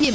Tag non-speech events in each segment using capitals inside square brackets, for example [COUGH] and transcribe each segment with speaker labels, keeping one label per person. Speaker 1: Bien,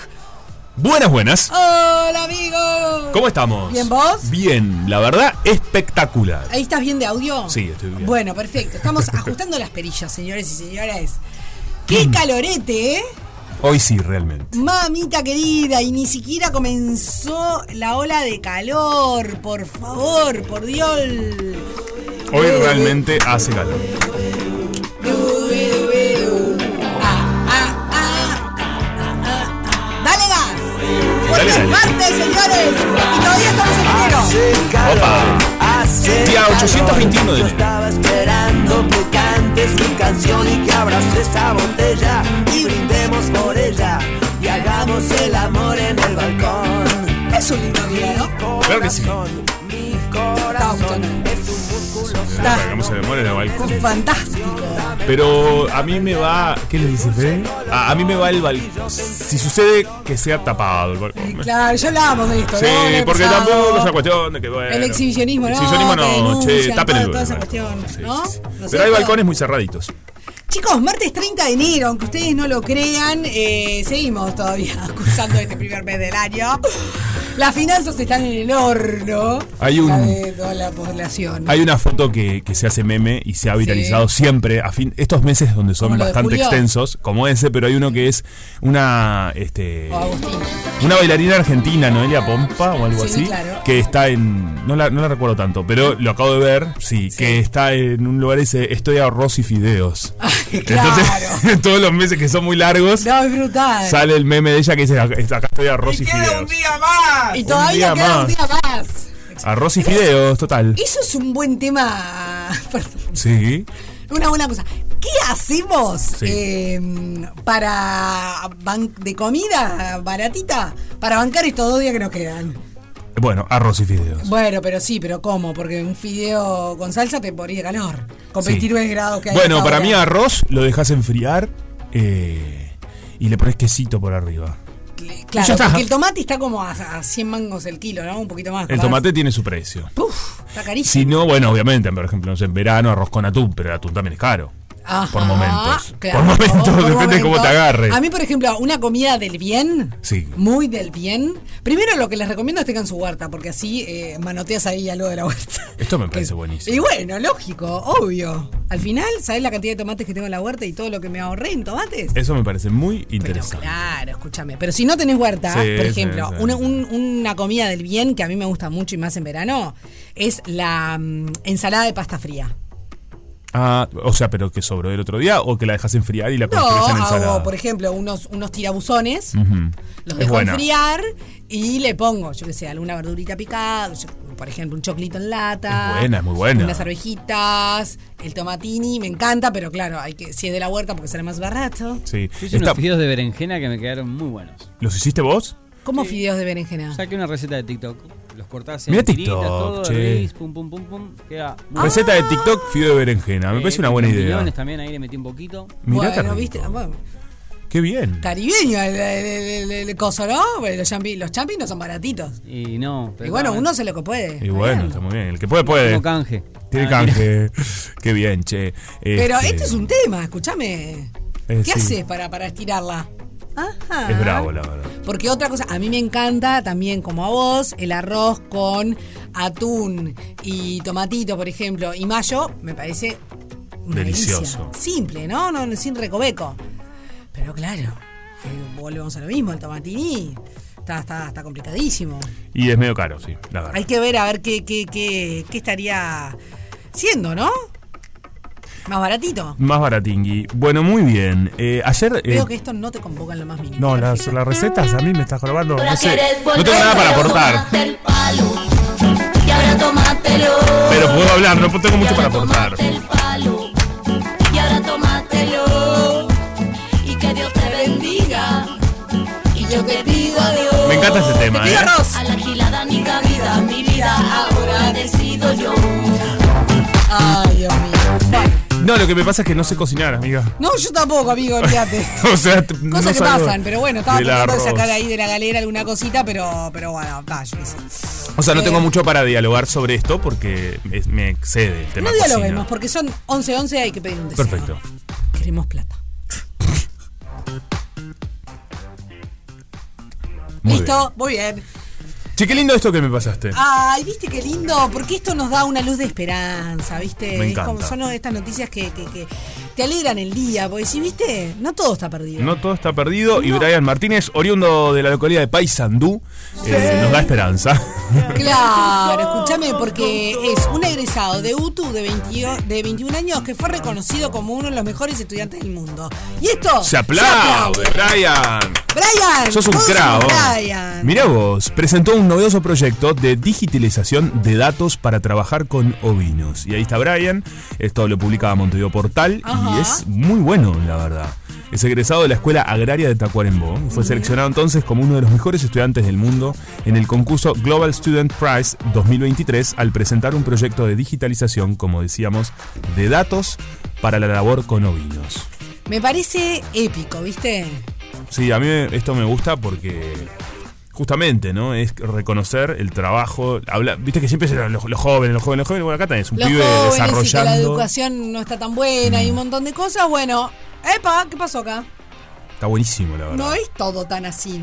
Speaker 2: Buenas, buenas.
Speaker 3: Hola amigos.
Speaker 2: ¿Cómo estamos?
Speaker 3: ¿Bien vos?
Speaker 2: Bien, la verdad, espectacular.
Speaker 3: ¿Ahí estás bien de audio?
Speaker 2: Sí, estoy bien.
Speaker 3: Bueno, perfecto.
Speaker 2: [LAUGHS]
Speaker 3: Estamos ajustando las perillas, señores y señoras.
Speaker 2: Mm.
Speaker 3: ¡Qué calorete, eh!
Speaker 2: Hoy sí, realmente.
Speaker 3: Mamita querida, y ni siquiera comenzó la ola de calor. Por favor, por
Speaker 2: [LAUGHS]
Speaker 3: Dios.
Speaker 2: Hoy realmente hace calor.
Speaker 3: ¡Dale gas!
Speaker 2: Dale, Ah,
Speaker 3: Porque es
Speaker 2: dale.
Speaker 3: martes, señores! ¡Y todavía estamos en enero!
Speaker 2: Opa.
Speaker 4: Hace
Speaker 2: Día
Speaker 4: calor.
Speaker 2: 821 de
Speaker 4: Yo
Speaker 2: enero.
Speaker 4: estaba esperando que cantes mi canción y que abras esa botella y brindemos por ella y hagamos el amor en el balcón.
Speaker 3: Es un lindo día, ¿no?
Speaker 2: Claro que sí.
Speaker 4: Corazón, Mi corazón es un músculo
Speaker 3: Está
Speaker 2: Hagamos el amor en la balcón.
Speaker 3: fantástico.
Speaker 2: Pero a mí me va. ¿Qué le dice Fede? A, a mí me va el balcón. Si sucede que sea tapado el balcón.
Speaker 3: Claro, ya hablábamos de esto,
Speaker 2: Sí,
Speaker 3: ¿no? El
Speaker 2: porque
Speaker 3: sábado.
Speaker 2: tampoco es una cuestión de que bueno,
Speaker 3: El exhibicionismo, no,
Speaker 2: Exhibicionismo
Speaker 3: te
Speaker 2: no, che,
Speaker 3: denuncian,
Speaker 2: tapen
Speaker 3: toda-
Speaker 2: el
Speaker 3: toda esa
Speaker 2: balcón.
Speaker 3: cuestión,
Speaker 2: Sí,
Speaker 3: ¿no?
Speaker 2: sí, sí.
Speaker 3: ¿No es
Speaker 2: Pero hay
Speaker 3: cierto?
Speaker 2: balcones muy cerraditos.
Speaker 3: Chicos, martes 30 de enero, aunque ustedes no lo crean, eh, seguimos todavía [LAUGHS] cursando este primer mes del año. Las finanzas están en el horno.
Speaker 2: Hay un-
Speaker 3: La de toda la población.
Speaker 2: Hay una foto que, que se hace meme y se ha viralizado siempre a fin estos meses donde son
Speaker 3: Como lo de
Speaker 2: bastante
Speaker 3: Julio.
Speaker 2: extensos, como ese, pero hay uno que es una este
Speaker 3: O Agustina.
Speaker 2: una bailarina argentina, Noelia Pompa o algo
Speaker 3: Sí,
Speaker 2: así,
Speaker 3: claro.
Speaker 2: que está en no la, no la recuerdo tanto, pero lo acabo de ver, sí, que está en un lugar y dice estoy a arroz
Speaker 3: [LAUGHS]
Speaker 2: y fideos.
Speaker 3: claro.
Speaker 2: Entonces, [LAUGHS] todos los meses que son muy largos
Speaker 3: No, es brutal.
Speaker 2: sale el meme de ella que dice acá acá estoy a arroz y, fideos.
Speaker 3: y todavía
Speaker 2: un día
Speaker 3: queda un
Speaker 2: más.
Speaker 3: día más.
Speaker 2: Arroz y
Speaker 3: [LAUGHS]
Speaker 2: fideos, total.
Speaker 3: Eso es un buen tema. perdón.
Speaker 2: Sí.
Speaker 3: Una buena cosa. ¿Qué hacemos
Speaker 2: Sí.
Speaker 3: eh, para ban- de comida baratita para bancar estos dos días que nos quedan?
Speaker 2: Bueno, arroz y fideos.
Speaker 3: Bueno, pero sí, pero ¿cómo? Porque un fideo con salsa te moría de calor. Con
Speaker 2: Sí.
Speaker 3: 29 grados que hay.
Speaker 2: Bueno,
Speaker 3: ahora.
Speaker 2: para mí arroz lo dejas enfriar. eh, y le pones quesito por arriba.
Speaker 3: Claro,
Speaker 2: Ya está.
Speaker 3: porque el tomate está como a, a 100 mangos el kilo, ¿no? Un poquito más.
Speaker 2: El
Speaker 3: capaz.
Speaker 2: tomate tiene su precio.
Speaker 3: Puf, está carísimo.
Speaker 2: Si no, bueno, obviamente, por ejemplo, no sé, en verano arroz con atún, pero el atún también es caro.
Speaker 3: Ajá,
Speaker 2: por momentos.
Speaker 3: claro.
Speaker 2: Por momentos,
Speaker 3: Por
Speaker 2: depende de cómo te
Speaker 3: momentos.
Speaker 2: agarres.
Speaker 3: A mí, por ejemplo, una comida del bien,
Speaker 2: Sí.
Speaker 3: muy del bien. Primero lo que les recomiendo es tengan su huerta, porque así eh, manoteas ahí algo de la huerta.
Speaker 2: Esto me parece buenísimo.
Speaker 3: Y bueno, lógico, obvio. Al final, ¿sabés la cantidad de tomates que tengo en la huerta y todo lo que me ahorré en tomates?
Speaker 2: Eso me parece muy
Speaker 3: Pero
Speaker 2: interesante.
Speaker 3: claro, escúchame. Pero si no tenés huerta,
Speaker 2: Sí,
Speaker 3: por
Speaker 2: sí,
Speaker 3: ejemplo,
Speaker 2: sí.
Speaker 3: Una, un- una comida del bien que a mí me gusta mucho y más en verano es la mm, ensalada de pasta fría.
Speaker 2: Ah, o sea, pero que sobró del otro día o que la dejas enfriar y la
Speaker 3: No,
Speaker 2: construís en
Speaker 3: hago,
Speaker 2: ensalada.
Speaker 3: por ejemplo, unos, unos tirabuzones,
Speaker 2: Ujú.
Speaker 3: los
Speaker 2: es
Speaker 3: dejo
Speaker 2: buena.
Speaker 3: enfriar y le pongo, yo qué sé, alguna verdurita picada, yo- por ejemplo, un choclito en lata.
Speaker 2: Es buena, es muy buena.
Speaker 3: Unas arvejitas, el tomatini, me encanta, pero claro, hay que, si es de la huerta porque sale más barato.
Speaker 2: Sí.
Speaker 5: Hice
Speaker 2: Esta-
Speaker 5: unos fideos de berenjena que me quedaron muy buenos.
Speaker 2: ¿Los hiciste vos?
Speaker 3: ¿Cómo fideos de berenjena?
Speaker 5: Saqué una receta de TikTok. Los cortás en
Speaker 2: Mirá
Speaker 5: tiritas,
Speaker 2: TikTok,
Speaker 5: todo,
Speaker 2: che.
Speaker 5: hervís, pum, pum, pum, pum. Queda muy bueno.
Speaker 2: Receta de
Speaker 3: Ah.
Speaker 2: TikTok, fideo de berenjena. Me
Speaker 5: Eh,
Speaker 2: parece una buena
Speaker 5: con
Speaker 2: idea.
Speaker 5: piñones también ahí le metí un poquito.
Speaker 2: Mirá qué
Speaker 3: bueno,
Speaker 2: rico.
Speaker 3: viste, bueno,
Speaker 2: Qué bien.
Speaker 3: caribeño el, el- el- el- el coso, ¿no? Bueno, los champi, los champi no son baratitos.
Speaker 5: Y no.
Speaker 3: Y bueno,
Speaker 5: estaba-
Speaker 3: uno hace lo que puede.
Speaker 2: Y bueno, está muy bien. El que puede, puede.
Speaker 5: Tengo canje.
Speaker 2: Tiene
Speaker 5: Ah, mira.
Speaker 2: canje. [LAUGHS] Qué bien, che.
Speaker 3: Pero este es un tema, escúchame.
Speaker 2: Eh, sí.
Speaker 3: ¿Qué haces para, para estirarla? Ajá.
Speaker 2: Es bravo, la verdad.
Speaker 3: Porque otra cosa, a mí me encanta también, como a vos, el arroz con atún y tomatito, por ejemplo, y mayo, me parece una delicia.
Speaker 2: Delicioso.
Speaker 3: Simple, ¿no? No, no, sin recoveco. Pero claro, eh, volvemos a lo mismo, el tomatini está, está, está complicadísimo.
Speaker 2: Y es medio caro, sí, la verdad.
Speaker 3: Hay que ver a ver qué, qué, qué, qué estaría siendo, ¿no? Más baratito.
Speaker 2: Más baratingui. Bueno, muy bien. Eh, ayer. eh,
Speaker 3: Veo que esto no te convoca en lo más mínimo.
Speaker 2: No, las, las recetas a mí me estás grabando. No, sé. no tengo nada para aportar. Pero puedo hablar, no tengo mucho para aportar.
Speaker 6: Y ahora tómatelo y que Dios te bendiga. Y yo te digo adiós.
Speaker 2: Me encanta ese tema, ¿eh?
Speaker 6: A la gilada ni cabida, mi vida ahora decido yo.
Speaker 3: Ay, Dios mío. Bueno,
Speaker 2: No, lo que me pasa es que no sé cocinar, amiga. [LAUGHS]
Speaker 3: no, yo tampoco, amigo, olvídate.
Speaker 2: O sea, t- [LAUGHS] no
Speaker 3: Cosas que
Speaker 2: salgo
Speaker 3: pasan, pero bueno, estaba
Speaker 2: del
Speaker 3: tratando de
Speaker 2: arroz.
Speaker 3: sacar ahí de la galera alguna cosita, pero, pero bueno, va, yo qué sé.
Speaker 2: O sea, no
Speaker 3: Eh,
Speaker 2: tengo mucho para dialogar sobre esto porque es- me excede el tema.
Speaker 3: No
Speaker 2: cocina.
Speaker 3: dialoguemos, porque son 11-11, hay que pedir un deseo.
Speaker 2: Perfecto.
Speaker 3: Queremos plata.
Speaker 2: Muy
Speaker 3: Listo,
Speaker 2: bien.
Speaker 3: muy bien.
Speaker 2: Che, qué lindo esto que me pasaste.
Speaker 3: Ay, viste qué lindo, porque esto nos da una luz de esperanza, ¿viste?
Speaker 2: Me
Speaker 3: Es como-
Speaker 2: encanta.
Speaker 3: son estas noticias que, que- que te alegran el día, porque si, ¿viste? No todo está perdido.
Speaker 2: No todo está perdido y Brian Martínez, oriundo de la localidad de Paysandú, eh, nos da esperanza. [LAUGHS]
Speaker 3: Claro, escúchame, porque es un egresado de UTU de, 22 de 21 años que fue reconocido como uno de los mejores estudiantes del mundo. Y esto
Speaker 2: ¡Se aplaude, Brian!
Speaker 3: Brian,
Speaker 2: Sos un
Speaker 3: vos
Speaker 2: cravo.
Speaker 3: Brian.
Speaker 2: Mirá vos, presentó un novedoso proyecto de digitalización de datos para trabajar con ovinos. Y ahí está Brian, esto lo publica Montevideo Portal y
Speaker 3: Ajá.
Speaker 2: es muy bueno, la verdad. Es egresado de la Escuela Agraria de Tacuarembó. Fue seleccionado entonces como uno de los mejores estudiantes del mundo en el concurso Global Student Prize 2023 al presentar un proyecto de digitalización, como decíamos, de datos para la labor con ovinos.
Speaker 3: Me parece épico, ¿viste?
Speaker 2: Sí, a mí esto me gusta porque justamente, ¿no? Es reconocer el trabajo. Habla, Viste que siempre se habla, los, los jóvenes, los jóvenes, los jóvenes. Bueno, acá tenés un
Speaker 3: Los
Speaker 2: pibe
Speaker 3: jóvenes y que la
Speaker 2: desarrollando. Mm.
Speaker 3: educación no está tan buena y un montón de cosas. Bueno, epa, ¿qué pasó acá?
Speaker 2: Está buenísimo, la verdad.
Speaker 3: No es todo tan así.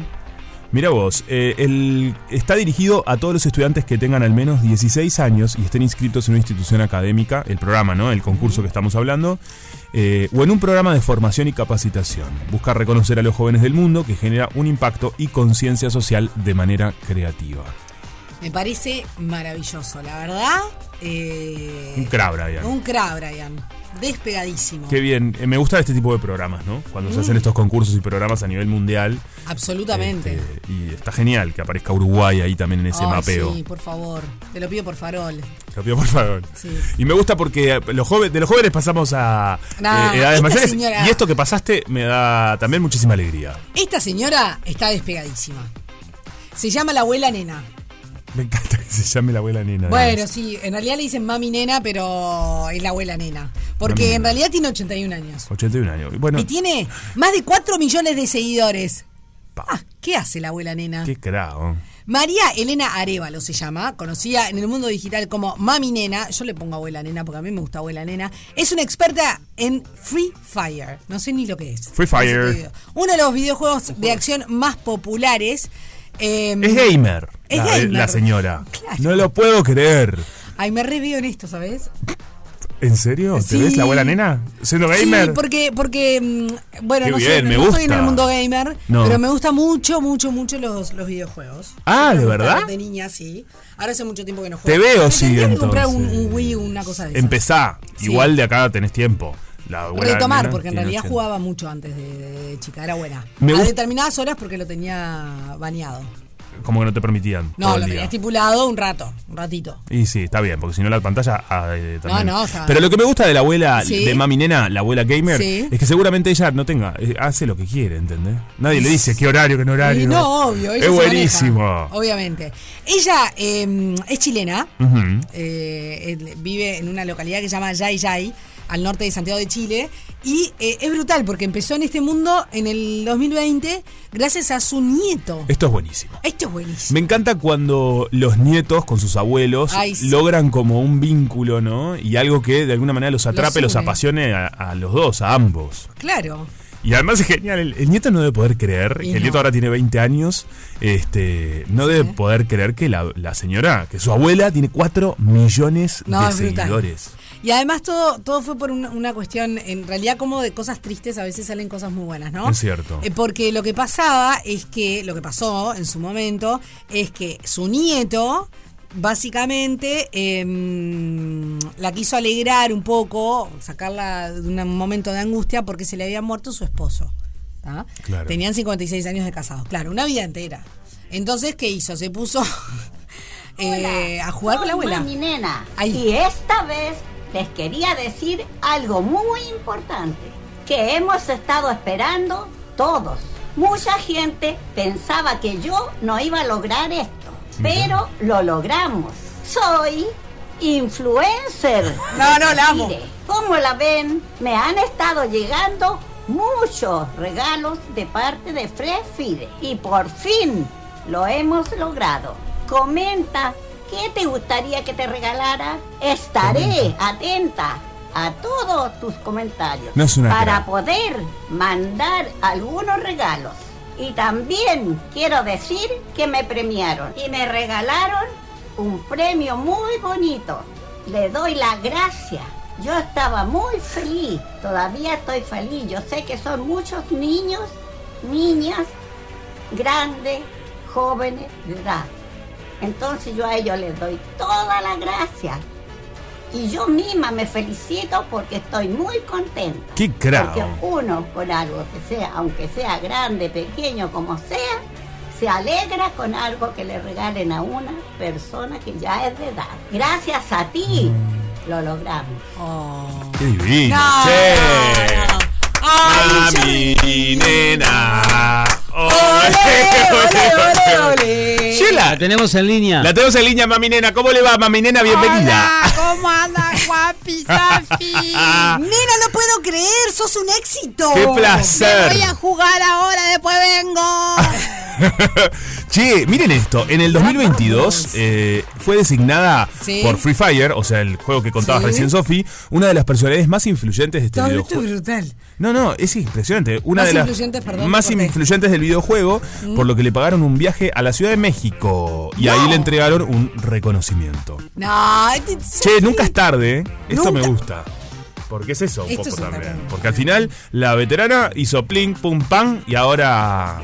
Speaker 2: Mira vos, eh, el- está dirigido a todos los estudiantes que tengan al menos 16 años y estén inscritos en una institución académica, el programa, ¿no? El concurso que estamos hablando, eh, o en un programa de formación y capacitación. Busca reconocer a los jóvenes del mundo que genera un impacto y conciencia social de manera creativa.
Speaker 3: Me parece maravilloso, la verdad. Eh,
Speaker 2: Un crab, Brian.
Speaker 3: Un cra, Brian. Despegadísimo.
Speaker 2: Qué bien, Eh, me gusta este tipo de programas, ¿no? Cuando se hacen estos concursos y programas a nivel mundial.
Speaker 3: Absolutamente.
Speaker 2: este, y está genial que aparezca Uruguay ahí también en ese
Speaker 3: Ay,
Speaker 2: mapeo.
Speaker 3: Sí, por favor. Te lo pido por farol.
Speaker 2: Te lo pido, por favor.
Speaker 3: Sí.
Speaker 2: Y me gusta porque eh, los joven- de los jóvenes pasamos a
Speaker 3: Nah,
Speaker 2: eh, edades
Speaker 3: esta
Speaker 2: mayores.
Speaker 3: señora-
Speaker 2: Y esto que pasaste me da también muchísima alegría.
Speaker 3: Esta señora está despegadísima. Se llama la abuela nena.
Speaker 2: Me encanta que se llame la abuela nena.
Speaker 3: Bueno,
Speaker 2: además.
Speaker 3: sí, en realidad le dicen mami nena, pero es la abuela nena. Porque
Speaker 2: Mami
Speaker 3: en
Speaker 2: nena.
Speaker 3: realidad tiene 81 años.
Speaker 2: 81 años. Bueno,
Speaker 3: Y tiene más de 4 millones de seguidores. Ah, ¿qué hace la abuela nena?
Speaker 2: qué crao.
Speaker 3: María Elena Arevalo se llama, conocida en el mundo digital como Mami Nena. Yo le pongo abuela nena porque a mí me gusta abuela nena. Es una experta en Free Fire. No sé ni lo que es.
Speaker 2: Free Fire.
Speaker 3: No sé qué video. Uno de los videojuegos de acción más populares. Eh,
Speaker 2: Es gamer.
Speaker 3: Es
Speaker 2: la,
Speaker 3: gamer.
Speaker 2: la señora.
Speaker 3: Claro.
Speaker 2: No lo puedo creer.
Speaker 3: Ay, me reveo en esto, ¿sabes?
Speaker 2: ¿En serio? ¿Te
Speaker 3: Sí.
Speaker 2: ves la abuela nena? ¿Siendo gamer?
Speaker 3: Sí, porque, porque mm, bueno,
Speaker 2: Qué
Speaker 3: no, sé,
Speaker 2: bien,
Speaker 3: no-
Speaker 2: me
Speaker 3: no estoy en
Speaker 2: gusta.
Speaker 3: el mundo gamer,
Speaker 2: No.
Speaker 3: pero me gusta mucho, mucho, mucho los, los videojuegos.
Speaker 2: Ah, ¿de
Speaker 3: Me gustaron
Speaker 2: verdad?
Speaker 3: De niña, sí. Ahora hace mucho tiempo que no
Speaker 2: Te
Speaker 3: juego.
Speaker 2: veo,
Speaker 3: Me
Speaker 2: sí,
Speaker 3: tendría que
Speaker 2: entonces.
Speaker 3: comprar un, un Wii o una cosa de esas.
Speaker 2: Empezá.
Speaker 3: Sí.
Speaker 2: Igual de acá tenés tiempo. La abuela
Speaker 3: Retomar,
Speaker 2: nena
Speaker 3: porque en
Speaker 2: tiene
Speaker 3: realidad
Speaker 2: 80.
Speaker 3: jugaba mucho antes de, de chica, era buena.
Speaker 2: Me
Speaker 3: a
Speaker 2: gust-
Speaker 3: determinadas horas porque lo tenía baneado.
Speaker 2: Como que no te permitían.
Speaker 3: No,
Speaker 2: todo el
Speaker 3: lo tenía
Speaker 2: día.
Speaker 3: estipulado un rato, un ratito.
Speaker 2: Y sí, está bien, porque si no la pantalla. ah, eh, también.
Speaker 3: no, está-
Speaker 2: Pero lo que me gusta de la abuela,
Speaker 3: Sí.
Speaker 2: de mami nena, la abuela gamer,
Speaker 3: Sí.
Speaker 2: es que seguramente ella no tenga. eh, hace lo que quiere, ¿entendés? Nadie le dice qué horario, qué no horario.
Speaker 3: Y no, obvio. ella se
Speaker 2: Es buenísimo.
Speaker 3: maneja, obviamente. Ella eh, es chilena.
Speaker 2: Ujú.
Speaker 3: eh, él vive en una localidad que se llama Yay Yay, al norte de Santiago de Chile. Y eh, es brutal porque empezó en este mundo en el 2020 gracias a su nieto.
Speaker 2: Esto es buenísimo.
Speaker 3: Esto es buenísimo.
Speaker 2: Me encanta cuando los nietos con sus abuelos
Speaker 3: Ay, sí.
Speaker 2: logran como un vínculo, ¿no? Y algo que de alguna manera los atrape,
Speaker 3: une.
Speaker 2: los, apasione a, a los dos, a ambos.
Speaker 3: Claro.
Speaker 2: Y además es genial, el, el nieto no debe poder creer,
Speaker 3: Y
Speaker 2: que el
Speaker 3: no.
Speaker 2: nieto ahora tiene 20 años, este no debe poder creer que la, la señora, que su abuela tiene 4 millones
Speaker 3: No,
Speaker 2: de
Speaker 3: es brutal.
Speaker 2: seguidores.
Speaker 3: Y además todo, todo fue por una, una cuestión, en realidad como de cosas tristes a veces salen cosas muy buenas, ¿no?
Speaker 2: Es cierto.
Speaker 3: Eh, porque lo que pasaba es que, lo que pasó en su momento, es que su nieto, básicamente, em, la quiso alegrar un poco, sacarla de un momento de angustia porque se le había muerto su esposo. ¿tá?
Speaker 2: Claro.
Speaker 3: Tenían 56 años de casados, claro, una vida entera. Entonces, ¿qué hizo? Se puso [LAUGHS] eh, a jugar con la
Speaker 7: Soy
Speaker 3: abuela.
Speaker 7: Mami nena.
Speaker 3: Ahí.
Speaker 7: Y esta vez les quería decir algo muy importante que hemos estado esperando todos. Mucha gente pensaba que yo no iba a lograr esto, pero lo logramos. Soy influencer.
Speaker 3: No, no, la amo.
Speaker 7: Mire, como la ven, me han estado llegando muchos regalos de parte de Fred Fide. Y por fin lo hemos logrado. Comenta qué te gustaría que te regalara. Estaré atenta a todos tus comentarios
Speaker 2: No es una
Speaker 7: para
Speaker 2: crack.
Speaker 7: poder mandar algunos regalos. Y también quiero decir que me premiaron y me regalaron un premio muy bonito. Le doy la gracia. Yo estaba muy feliz, todavía estoy feliz. Yo sé que son muchos niños, niñas, grandes, jóvenes de edad. Entonces yo a ellos les doy toda la gracia. Y yo misma me felicito porque estoy muy contenta.
Speaker 2: ¡Qué crao!
Speaker 7: Porque uno con algo que sea, aunque sea grande, pequeño, como sea, se alegra con algo que le regalen a una persona que ya es de edad. Gracias a ti lo logramos.
Speaker 3: Oh.
Speaker 2: ¡Qué divino!
Speaker 3: No,
Speaker 2: che.
Speaker 3: no, no. Ay, yo-
Speaker 2: Mami, nena.
Speaker 3: Ole, ole, ole.
Speaker 5: La
Speaker 2: Sheila,
Speaker 5: tenemos en línea.
Speaker 2: la tenemos en línea, mami nena. ¿Cómo le va, mami nena? Bienvenida.
Speaker 3: Hola, ¿cómo andas, guapi,
Speaker 2: [LAUGHS]
Speaker 3: Safi? Nena, no puedo creer, sos un éxito.
Speaker 2: ¡Qué placer!
Speaker 3: jugar ahora, después vengo.
Speaker 2: che, miren esto. En el 2022 eh, fue designada
Speaker 3: Sí.
Speaker 2: por Free Fire, o sea, el juego que contabas
Speaker 3: Sí.
Speaker 2: recién, Sofi, una de las personalidades más influyentes de este
Speaker 3: Todo esto es
Speaker 2: videojuego.
Speaker 3: brutal.
Speaker 2: No, no, es impresionante. Una
Speaker 3: Más
Speaker 2: de las
Speaker 3: influyentes, perdón,
Speaker 2: más
Speaker 3: te corté. Mm.
Speaker 2: influyentes del videojuego, por lo que le pagaron un viaje a la Ciudad de México y ahí le entregaron un reconocimiento.
Speaker 3: No, este- Safi,
Speaker 2: Che, nunca es tarde. ¿eh? Esto
Speaker 3: Nunca.
Speaker 2: me gusta. Porque es eso un
Speaker 3: Esto
Speaker 2: poco
Speaker 3: es un
Speaker 2: también.
Speaker 3: tarado.
Speaker 2: Porque al final la veterana hizo pling, pum, pam y ahora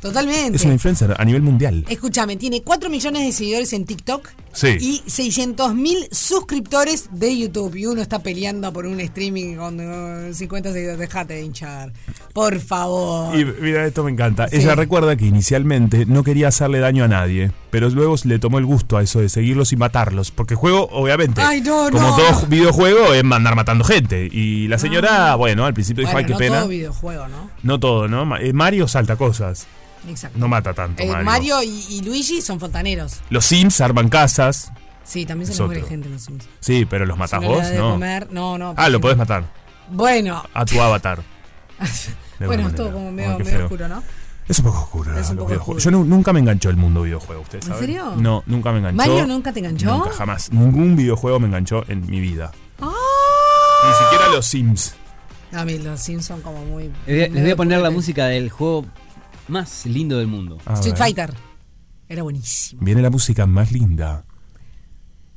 Speaker 3: Totalmente.
Speaker 2: es una influencer a nivel mundial.
Speaker 3: Escúchame, tiene 4 millones de seguidores en TikTok
Speaker 2: Sí.
Speaker 3: y 600 mil suscriptores de YouTube. Y uno está peleando por un streaming con eh, 50 seguidores. Dejate de hinchar. Por favor.
Speaker 2: Y mira, esto me encanta.
Speaker 3: Sí.
Speaker 2: Ella recuerda que inicialmente no quería hacerle daño a nadie, pero luego le tomó el gusto a eso de seguirlos y matarlos. Porque el juego, obviamente,
Speaker 3: Ay, no,
Speaker 2: como
Speaker 3: no.
Speaker 2: todo videojuego, es mandar matando gente. Y la señora, bueno, al principio dijo,
Speaker 3: Ah. Bueno,
Speaker 2: ay, qué
Speaker 3: no
Speaker 2: pena.
Speaker 3: todo videojuego, ¿no?
Speaker 2: No todo, ¿no? Ma- eh, Mario salta cosas.
Speaker 3: Exacto.
Speaker 2: No mata tanto,
Speaker 3: Eh,
Speaker 2: Mario.
Speaker 3: Mario y, y Luigi son fontaneros.
Speaker 2: Los Sims arman casas.
Speaker 3: Sí, también se
Speaker 2: Es
Speaker 3: les muere
Speaker 2: otro.
Speaker 3: gente en los Sims.
Speaker 2: Sí, pero los matás
Speaker 3: Si no le
Speaker 2: vos,
Speaker 3: das de
Speaker 2: ¿no?
Speaker 3: comer, no, no,
Speaker 2: Ah,
Speaker 3: porque-
Speaker 2: lo podés matar.
Speaker 3: Bueno.
Speaker 2: A tu
Speaker 3: [LAUGHS]
Speaker 2: avatar. De
Speaker 3: bueno,
Speaker 2: alguna
Speaker 3: es todo
Speaker 2: manera.
Speaker 3: como
Speaker 2: Ay,
Speaker 3: medio,
Speaker 2: qué
Speaker 3: medio
Speaker 2: feo.
Speaker 3: oscuro, ¿no?
Speaker 2: Es un poco oscuro,
Speaker 3: Es un
Speaker 2: ¿no? Los
Speaker 3: poco
Speaker 2: videojuegos.
Speaker 3: oscuro.
Speaker 2: Yo nu- nunca me enganchó el mundo videojuego, ¿ustedes
Speaker 3: ¿En
Speaker 2: saben?
Speaker 3: serio?
Speaker 2: No, nunca me enganchó.
Speaker 3: ¿Mario nunca te enganchó?
Speaker 2: Nunca, jamás. Ningún videojuego me enganchó en mi vida. Ni siquiera los Sims.
Speaker 3: No, a mí los Sims son como muy.
Speaker 5: Les voy a- les voy a poner la música del juego más lindo del mundo.
Speaker 2: A
Speaker 3: Street
Speaker 2: ver.
Speaker 3: Fighter. Era buenísimo.
Speaker 2: Viene la música más linda.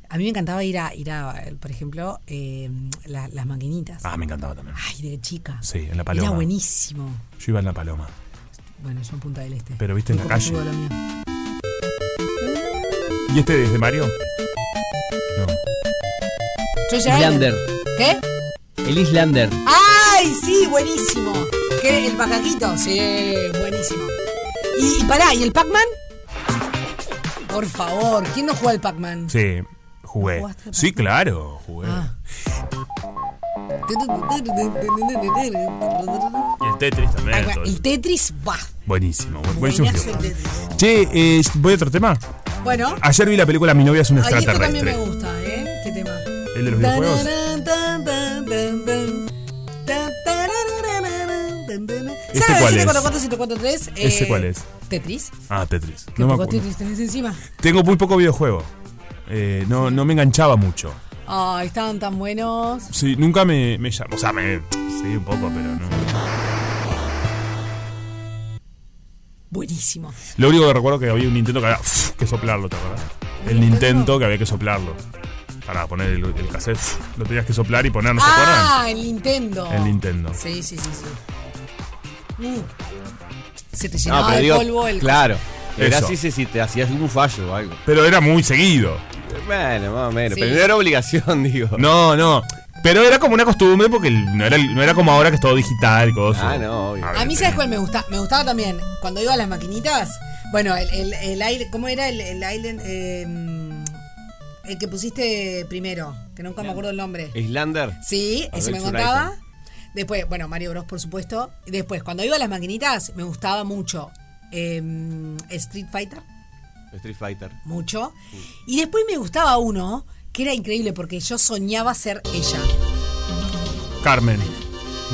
Speaker 3: A mí me encantaba ir a, ir a por ejemplo, eh, la- las maquinitas.
Speaker 2: Ah, me encantaba también.
Speaker 3: Ay, de chica.
Speaker 2: Sí, en la paloma.
Speaker 3: Era buenísimo.
Speaker 2: Yo iba en la paloma.
Speaker 3: Bueno, yo en Punta del Este.
Speaker 2: Pero viste en
Speaker 3: Muy
Speaker 2: la calle.
Speaker 3: copetudo lo mío.
Speaker 2: ¿Y este desde Mario?
Speaker 3: Treasure Island.
Speaker 5: Islander.
Speaker 3: ¿Qué?
Speaker 5: El Islander.
Speaker 3: ¡Ay, sí! Buenísimo. ¿Qué? ¿El pajaquito? Sí, buenísimo. Y, y pará, ¿y el Pac-Man? Por favor, ¿quién no juega al Pac-Man?
Speaker 2: Sí, jugué.
Speaker 3: ¿Jugaste al
Speaker 2: Sí, claro, jugué.
Speaker 3: Ah.
Speaker 2: Y el Tetris también.
Speaker 3: Pac-Man.
Speaker 2: todo eso.
Speaker 3: El Tetris, va.
Speaker 2: Buenísimo, bu- buenísimo.
Speaker 3: Buenazo el
Speaker 2: videojuego.
Speaker 3: Tetris.
Speaker 2: Che, eh, voy a otro tema.
Speaker 3: Bueno,
Speaker 2: Ayer vi la película Mi novia es un
Speaker 3: ¿Ah? ay, esto también me
Speaker 2: extraterrestre.
Speaker 3: gusta, ¿eh? ¿Qué tema?
Speaker 2: ¿El de los videojuegos?
Speaker 3: ¿Sabe
Speaker 2: ¿Este cuál es?
Speaker 3: 7443?
Speaker 2: ¿Ese cuál es?
Speaker 3: eh, Tetris.
Speaker 2: Ah, Tetris.
Speaker 3: ¿Qué
Speaker 2: No me
Speaker 3: poco
Speaker 2: acuerdo.
Speaker 3: Tetris tenés encima?
Speaker 2: Tengo muy poco videojuego. Eh, no, no me enganchaba mucho.
Speaker 3: Ay, estaban tan buenos.
Speaker 2: Sí, nunca me, me llamó. O sea, me. Sí, un poco, pero no.
Speaker 3: Buenísimo.
Speaker 2: Lo único que recuerdo que había un Nintendo que había uf, que soplarlo, ¿te acuerdas? El Nintendo que había que soplarlo. Para poner el, el cassette, uf, lo tenías que soplar y poner, ¿no se acuerdan?
Speaker 3: ah, el Nintendo.
Speaker 2: El Nintendo.
Speaker 3: Sí, sí, sí, sí. Mm. Se te llenaba de polvo el.
Speaker 8: claro. Era
Speaker 2: Eso.
Speaker 8: así si si te hacías un fallo o algo.
Speaker 2: Pero era muy seguido.
Speaker 8: Bueno, más o menos.
Speaker 3: Sí.
Speaker 8: Pero no era obligación, [LAUGHS] digo.
Speaker 2: No, no. Pero era como una costumbre porque el- no era, no era como ahora que es todo digital, cosas. eh,
Speaker 8: Ah, no, obvio.
Speaker 3: A mí, ¿sabes cuál me gusta? Me gustaba también. Cuando iba a las maquinitas. Bueno, el, el, el aire. ¿Cómo era el, el Island? eh, mm, el que pusiste primero. Que nunca me acuerdo el nombre.
Speaker 8: Islander.
Speaker 3: Sí, eso me
Speaker 8: Adventure
Speaker 3: contaba. Después, bueno, Mario Bros, por supuesto. Y Después, cuando iba a las maquinitas, me gustaba mucho eh, Street Fighter,
Speaker 8: Street Fighter.
Speaker 3: mucho.
Speaker 8: Mm.
Speaker 3: Y después me gustaba uno que era increíble porque yo soñaba ser ella.
Speaker 2: Carmen.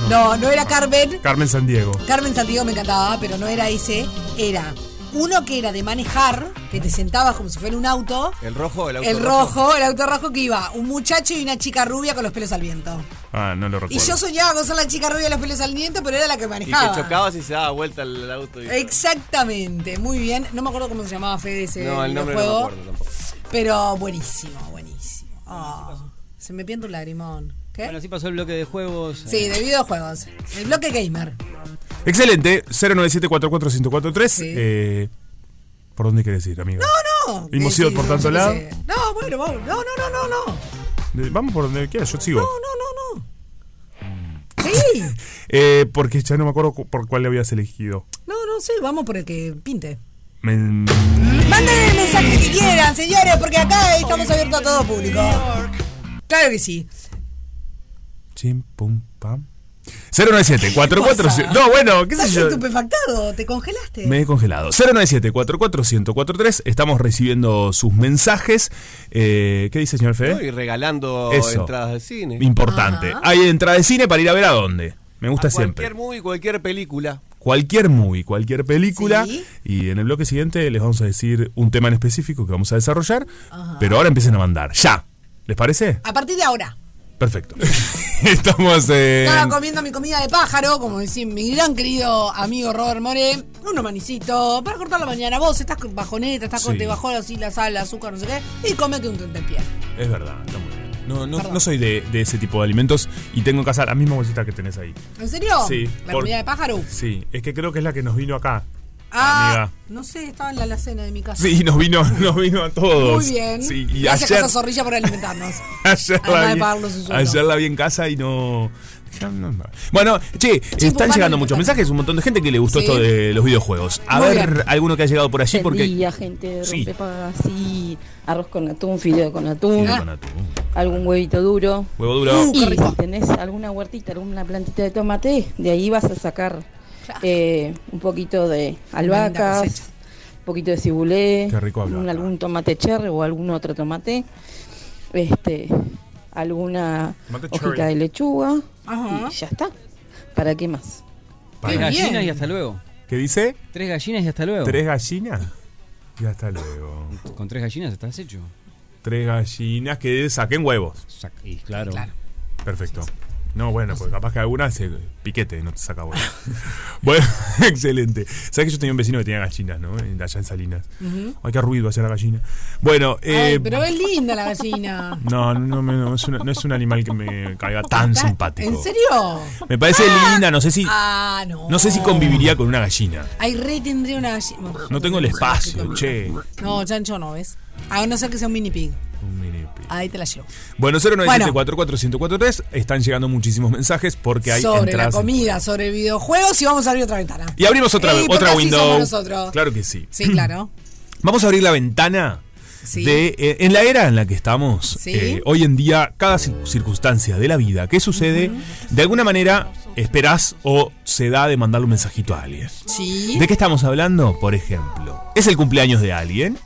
Speaker 3: No, no era Carmen.
Speaker 2: Carmen San Diego.
Speaker 3: Carmen Santiago me encantaba, pero no era ese. Era uno que era de manejar, que te sentabas como si fuera un auto.
Speaker 8: El rojo, el auto
Speaker 3: El rojo, el auto rojo que iba un muchacho y una chica rubia con los pelos al viento.
Speaker 2: Ah, no lo
Speaker 3: Y
Speaker 2: recuerdo.
Speaker 3: yo soñaba con ser la chica rubia de los pelos al viento, pero era la que
Speaker 8: Y
Speaker 3: manejaba.
Speaker 8: te chocabas y se daba vuelta el auto. y-
Speaker 3: Exactamente, muy bien. No me acuerdo cómo se llamaba Fede ese
Speaker 8: No, el nombre no me
Speaker 3: videojuego,
Speaker 8: acuerdo tampoco.
Speaker 3: pero buenísimo, buenísimo. Ah, se me pierde un lagrimón. ¿Qué?
Speaker 5: Bueno, así pasó el bloque de juegos. eh,
Speaker 3: sí, de videojuegos. El bloque gamer.
Speaker 2: Excelente. 097
Speaker 3: Sí.
Speaker 2: Eh, ¿Por dónde quieres ir, amigo?
Speaker 3: No,
Speaker 2: Hemos
Speaker 3: que-
Speaker 2: ido
Speaker 3: que-
Speaker 2: por
Speaker 3: yo
Speaker 2: tanto
Speaker 3: qué
Speaker 2: lado.
Speaker 3: sé. No, bueno, vamos. No, no, no, no, no.
Speaker 2: Eh, Vamos por donde quieras, yo sigo.
Speaker 3: No, no, no, no. Sí.
Speaker 2: Eh, porque ya no me acuerdo cu- por cuál le habías elegido.
Speaker 3: No, no sé, vamos por el que pinte.
Speaker 2: Me-
Speaker 3: Manden el mensaje que quieran, señores, porque acá estamos abiertos a todo público. Claro que sí.
Speaker 2: Chim, pum, pam. 097 447
Speaker 3: pasa?
Speaker 2: No, bueno, qué sé
Speaker 3: Estás
Speaker 2: yo.
Speaker 3: estupefactado, te congelaste.
Speaker 2: Me he congelado. 097 44143 Estamos recibiendo sus mensajes. Eh, ¿Qué dice, señor Fede?
Speaker 8: No, y regalando
Speaker 2: Eso.
Speaker 8: entradas de cine.
Speaker 3: Ah.
Speaker 2: Importante. Hay entrada de cine para ir a ver a dónde. Me gusta
Speaker 8: A
Speaker 2: siempre.
Speaker 8: Cualquier movie, cualquier película.
Speaker 2: cualquier movie, cualquier película.
Speaker 3: Sí.
Speaker 2: Y en el bloque siguiente les vamos a decir un tema en específico que vamos a desarrollar.
Speaker 3: Ah.
Speaker 2: Pero ahora empiecen a mandar. Ya. ¿Les parece?
Speaker 3: A partir de ahora.
Speaker 2: Perfecto. [LAUGHS] Estamos en...
Speaker 3: Estaba comiendo mi comida de pájaro, como decía mi gran querido amigo Robert More, un manicito, para cortar la mañana. Vos estás con bajoneta, estás con,
Speaker 2: Sí.
Speaker 3: te bajó así la sal, el azúcar, no sé qué, y comete un tentempié.
Speaker 2: Es verdad, está muy bien. No, no, no soy de, de ese tipo de alimentos y tengo en casa la misma bolsita que tenés ahí.
Speaker 3: ¿En serio?
Speaker 2: Sí,
Speaker 3: ¿La
Speaker 2: por-
Speaker 3: comida de pájaro?
Speaker 2: Sí, es que creo que es la que nos vino acá.
Speaker 3: Ah,
Speaker 2: Amiga.
Speaker 3: no sé, estaba en la alacena de mi casa.
Speaker 2: Sí, nos vino, [LAUGHS] nos vino a todos.
Speaker 3: Ah. Muy bien.
Speaker 2: Sí, y
Speaker 3: Gracias
Speaker 2: ayer,
Speaker 3: Casa Zorrilla por alimentarnos.
Speaker 2: ayer,
Speaker 3: Además de
Speaker 2: la
Speaker 3: pagarnos
Speaker 2: vi,
Speaker 3: un sueldo.
Speaker 2: ayer la vi en casa y no. [LAUGHS] ya no- no. Bueno, che, están
Speaker 3: vamos
Speaker 2: llegando
Speaker 3: a
Speaker 2: muchos
Speaker 3: intentar.
Speaker 2: mensajes, un montón de gente que le gustó
Speaker 3: Sí.
Speaker 2: esto de los videojuegos. A
Speaker 3: Muy
Speaker 2: ver,
Speaker 3: bien.
Speaker 2: alguno que ha llegado por allí porque.
Speaker 9: gente,
Speaker 2: Sí.
Speaker 9: rompe así, arroz con atún, fideo con atún,
Speaker 2: Mira, con atún.
Speaker 9: algún huevito duro.
Speaker 2: Huevo duro.
Speaker 3: Uh, qué
Speaker 9: Y
Speaker 3: rico.
Speaker 9: si tenés alguna huertita, alguna plantita de tomate, de ahí vas a sacar eh, un poquito de albahacas, un poquito de cibulé,
Speaker 2: Qué rico
Speaker 9: un-
Speaker 2: albahaca.
Speaker 9: algún tomate cherry o algún otro tomate, este, alguna
Speaker 2: Tomate
Speaker 9: hojita
Speaker 2: cherry.
Speaker 9: de lechuga
Speaker 3: Ajá.
Speaker 9: y ya está. ¿Para qué más?
Speaker 5: Tres
Speaker 2: Para.
Speaker 5: gallinas
Speaker 2: Bien.
Speaker 5: y hasta luego.
Speaker 2: ¿Qué dice?
Speaker 5: Tres gallinas y hasta luego.
Speaker 2: ¿Tres gallinas? Y hasta luego.
Speaker 5: Con tres gallinas estás hecho.
Speaker 2: Tres gallinas que saquen huevos.
Speaker 5: Y claro.
Speaker 2: Perfecto. No, bueno, porque capaz que alguna se piquete, no te
Speaker 3: [LAUGHS]
Speaker 2: saca huevos. [LAUGHS] bueno, [LAUGHS] excelente. ¿Sabes que yo tenía un vecino que tenía gallinas, ¿no? En- Allá en Salinas.
Speaker 3: Ujú.
Speaker 2: Ay, qué ruido hacia la gallina. Bueno, eh,
Speaker 3: Ay, pero es linda la
Speaker 2: [LAUGHS]
Speaker 3: gallina.
Speaker 2: no, no, no, me- no, es una- no es un animal que me caiga tan simpático.
Speaker 3: ¿En serio?
Speaker 2: Me parece linda, no sé si
Speaker 3: Ah, no.
Speaker 2: no sé si conviviría con una gallina.
Speaker 3: Ay, re tendría una gallina. Bueno,
Speaker 2: No tengo el espacio, che.
Speaker 3: No, chancho no, ¿ves? A no ser que sea un mini pig.
Speaker 2: Un mini
Speaker 3: Ahí te la llevo.
Speaker 2: Bueno, 097
Speaker 3: Bueno.
Speaker 2: 1043 Están llegando muchísimos mensajes porque hay
Speaker 3: sobre la
Speaker 2: entradas.
Speaker 3: comida, sobre videojuegos y vamos a abrir otra ventana.
Speaker 2: Y abrimos otra,
Speaker 3: Ey, porque
Speaker 2: otra
Speaker 3: así somos
Speaker 2: window.
Speaker 3: nosotros.
Speaker 2: Claro que sí.
Speaker 3: Sí, claro.
Speaker 2: [CLEARS THROAT] Vamos a abrir la ventana
Speaker 3: Sí.
Speaker 2: de, eh, en la era en la que estamos.
Speaker 3: Sí.
Speaker 2: eh, hoy en día, cada cir- circunstancia de la vida que sucede, de alguna manera esperás o se da de mandarle un mensajito a alguien.
Speaker 3: Sí.
Speaker 2: ¿De qué estamos hablando? Por ejemplo, es el cumpleaños de alguien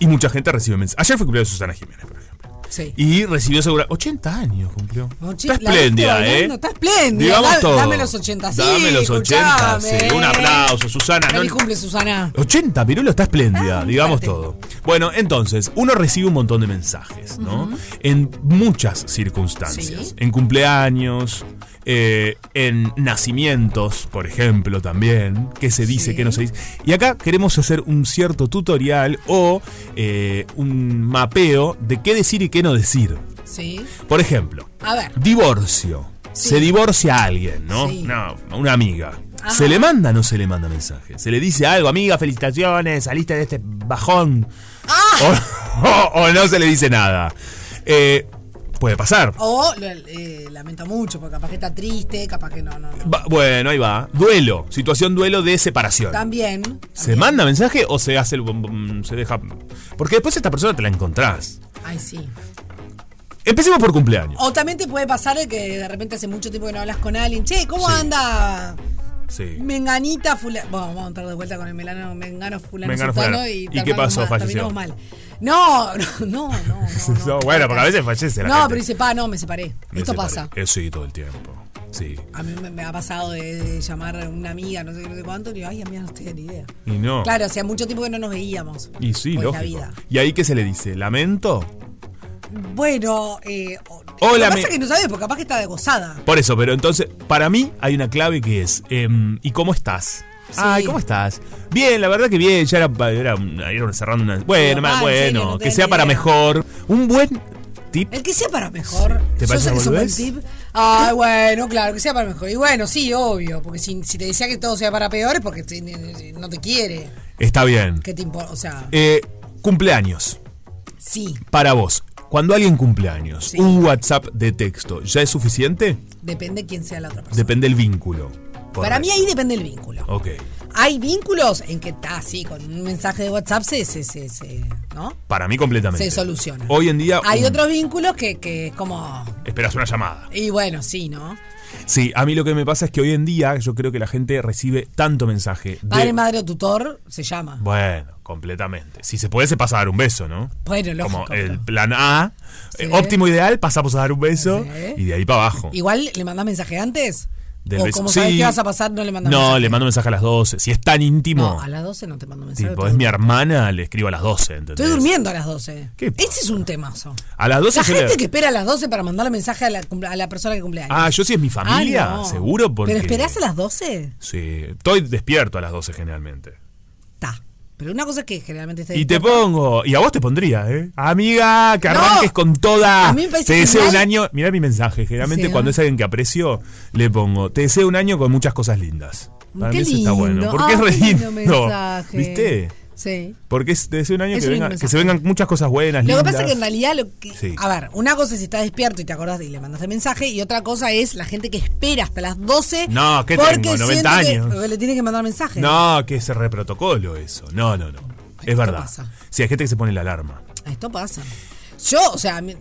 Speaker 2: y mucha gente recibe mensajes. Ayer fue cumpleaños de Susana Jiménez, por ejemplo.
Speaker 3: Sí.
Speaker 2: Y recibió segura 80 años cumplió.
Speaker 3: Ochi-
Speaker 2: Está
Speaker 3: la viste
Speaker 2: espléndida, ¿eh?
Speaker 3: bailando, Está espléndida.
Speaker 2: Digamos
Speaker 3: Da-
Speaker 2: todo.
Speaker 3: Dame los 80, sí.
Speaker 2: Dame los 80, sí.
Speaker 3: escuchame.
Speaker 2: Un aplauso, Susana.
Speaker 3: Feliz
Speaker 2: no-
Speaker 3: cumple, Susana.
Speaker 2: 80, Pirulo está espléndida,
Speaker 3: Ah,
Speaker 2: digamos todo. Bueno, entonces, uno recibe un montón de mensajes, ¿no? En muchas circunstancias.
Speaker 10: Sí.
Speaker 2: En cumpleaños, eh, en nacimientos, por ejemplo, también. ¿Qué se dice, qué no se dice? Y acá queremos hacer un cierto tutorial o eh, un mapeo de qué decir y qué no decir.
Speaker 3: Sí.
Speaker 2: Por ejemplo,
Speaker 3: A ver.
Speaker 2: divorcio.
Speaker 3: Sí.
Speaker 2: Se divorcia a alguien, ¿no?
Speaker 3: Sí.
Speaker 2: No, a una amiga.
Speaker 3: Ajá.
Speaker 2: ¿Se le manda o no se le manda mensaje? ¿Se le dice algo, amiga, felicitaciones, saliste de este bajón?
Speaker 3: Ah.
Speaker 2: O, [LAUGHS] o- o no se le dice nada. Eh, puede pasar.
Speaker 3: O lo- eh, lamento mucho, porque capaz que está triste, capaz que no, no. no.
Speaker 2: Va- bueno, ahí va. Duelo. Situación duelo de separación.
Speaker 3: También.
Speaker 2: ¿Se manda mensaje o se hace el... bom- bom- se deja... Porque después esta persona te la encontrás.
Speaker 3: Ay, sí.
Speaker 2: Empecemos por cumpleaños.
Speaker 3: O también te puede pasar de que de repente hace mucho tiempo que no hablas con alguien. Che, ¿cómo anda?
Speaker 2: Sí.
Speaker 3: Menganita, fulano. Bueno, vamos a entrar de vuelta con el melano, mengano, fulano,
Speaker 2: Mengano,
Speaker 3: sutano,
Speaker 2: fulano. ¿Y qué
Speaker 3: terminamos
Speaker 2: pasó?
Speaker 3: mal,
Speaker 2: Falleció.
Speaker 3: terminamos mal. No, [LAUGHS] no, no. No,
Speaker 2: [LAUGHS] bueno, porque a veces fallece la
Speaker 3: No,
Speaker 2: gente.
Speaker 3: pero dice, pa, no, me separé.
Speaker 2: Me
Speaker 3: Esto
Speaker 2: separé.
Speaker 3: pasa.
Speaker 2: Eh, sí, todo el tiempo. Sí.
Speaker 3: A mí me, me ha pasado de, de llamar a una amiga, no sé, qué, no sé cuánto, y digo, ay, amiga, no tenía ni idea.
Speaker 2: Y no.
Speaker 3: Claro, hacía mucho tiempo que no nos veíamos.
Speaker 2: Y sí,
Speaker 3: Pues la
Speaker 2: lógico.
Speaker 3: vida.
Speaker 2: ¿Y ahí qué se le dice? ¿Lamento?
Speaker 3: Bueno, eh, o-
Speaker 2: Hola,
Speaker 3: lo que
Speaker 2: me-
Speaker 3: pasa es que no sabes, porque capaz que está de gozada.
Speaker 2: Por eso, pero entonces, para mí hay una clave que es, em, ¿y cómo estás?
Speaker 3: Sí.
Speaker 2: Ay, ¿cómo estás? Bien, la verdad que bien, ya era, era, una- era cerrando una... Bueno,
Speaker 3: Pero,
Speaker 2: ma-
Speaker 3: pa, en
Speaker 2: bueno,
Speaker 3: serio, no
Speaker 2: que
Speaker 3: tenés
Speaker 2: sea
Speaker 3: ni
Speaker 2: para
Speaker 3: idea.
Speaker 2: mejor. Un buen tip.
Speaker 3: El que sea para mejor.
Speaker 2: ¿Te
Speaker 3: Yo
Speaker 2: parece
Speaker 3: sé que
Speaker 2: una
Speaker 3: es un buen
Speaker 2: boludez?
Speaker 3: tip. Ay, bueno, claro, que sea para mejor. Y bueno, sí, obvio, porque si, si te decía que todo sea para peor es porque te- no te quiere.
Speaker 2: Está bien.
Speaker 3: ¿Qué te importa? O sea,
Speaker 2: Eh, cumpleaños,
Speaker 3: sí,
Speaker 2: para vos. Cuando alguien cumpleaños, un WhatsApp de texto, ¿ya es suficiente?
Speaker 3: depende quién sea la otra persona.
Speaker 2: Depende el vínculo.
Speaker 3: Para
Speaker 2: Correcto.
Speaker 3: mí ahí depende el vínculo.
Speaker 2: Ok.
Speaker 3: Hay vínculos en que está así, con un mensaje de WhatsApp se, se, se, se- ¿no?
Speaker 2: Para mí completamente.
Speaker 3: se soluciona.
Speaker 2: Hoy en día...
Speaker 3: Hay
Speaker 2: un-
Speaker 3: otros vínculos que, que es como.
Speaker 2: Esperas una llamada.
Speaker 3: Y bueno, sí, ¿no?
Speaker 2: Sí, a mí lo que me pasa es que hoy en día yo creo que la gente recibe tanto mensaje. de-
Speaker 3: Padre, madre o tutor se llama.
Speaker 2: Bueno, completamente. Si se puede, se pasa a dar un beso, ¿no?
Speaker 3: Bueno, lógico.
Speaker 2: Como el plan A, eh, óptimo ideal, pasamos a dar un beso y de ahí para abajo.
Speaker 3: ¿Eh? Igual le mandás mensaje antes.
Speaker 2: Del
Speaker 3: o
Speaker 2: beso-
Speaker 3: como sabes
Speaker 2: sí.
Speaker 3: que vas a pasar, no le mandas
Speaker 2: no,
Speaker 3: mensaje.
Speaker 2: le mando mensaje a las 12. Si es tan íntimo,
Speaker 3: No, a las 12 no te mando mensaje.
Speaker 2: tipo, es mi hermana, le escribo a las 12, ¿entendés?
Speaker 3: Estoy durmiendo a las 12. Ese es un temazo.
Speaker 2: A las 12
Speaker 3: La
Speaker 2: yo le-
Speaker 3: gente que espera a las 12 para mandar mensaje a la, cumple- a la persona que cumpleaños.
Speaker 2: Ah, yo sí es mi familia,
Speaker 3: Ah, no.
Speaker 2: seguro, porque...
Speaker 3: ¿Pero esperás a las 12?
Speaker 2: Sí, estoy despierto a las 12 generalmente.
Speaker 3: Pero una cosa es que generalmente está
Speaker 2: Y te pongo, y a vos te pondría, ¿eh? Amiga, que arranques con toda.
Speaker 3: A mí me parece
Speaker 2: te
Speaker 3: que
Speaker 2: deseo un
Speaker 3: igual-
Speaker 2: año. Mirá mi mensaje. Generalmente
Speaker 3: Sí.
Speaker 2: cuando es alguien que aprecio, le pongo, te deseo un año con muchas cosas lindas. Para
Speaker 3: Qué
Speaker 2: mí eso está
Speaker 3: lindo.
Speaker 2: bueno.
Speaker 3: Ah,
Speaker 2: Porque es re
Speaker 3: qué lindo
Speaker 2: lindo.
Speaker 3: mensaje.
Speaker 2: ¿Viste?
Speaker 3: Sí.
Speaker 2: Porque es, te deseo un año
Speaker 3: Es
Speaker 2: que,
Speaker 3: un
Speaker 2: venga-
Speaker 3: lindo
Speaker 2: que se vengan muchas cosas buenas,
Speaker 3: Lo que
Speaker 2: lindas.
Speaker 3: pasa es que en realidad, lo que-
Speaker 2: Sí.
Speaker 3: a ver, una cosa es si estás despierto y te acordás y le mandaste mensaje, y otra cosa es la gente que espera hasta las 12.
Speaker 2: No, ¿qué
Speaker 3: porque
Speaker 2: tengo? 90
Speaker 3: siente que-
Speaker 2: años.
Speaker 3: que le tiene que mandar mensaje.
Speaker 2: No, que es reprotocolo eso. No, no, no. Es verdad.
Speaker 3: pasa?
Speaker 2: Si hay gente que se pone la alarma.
Speaker 3: Esto pasa. Yo, o sea, a mí-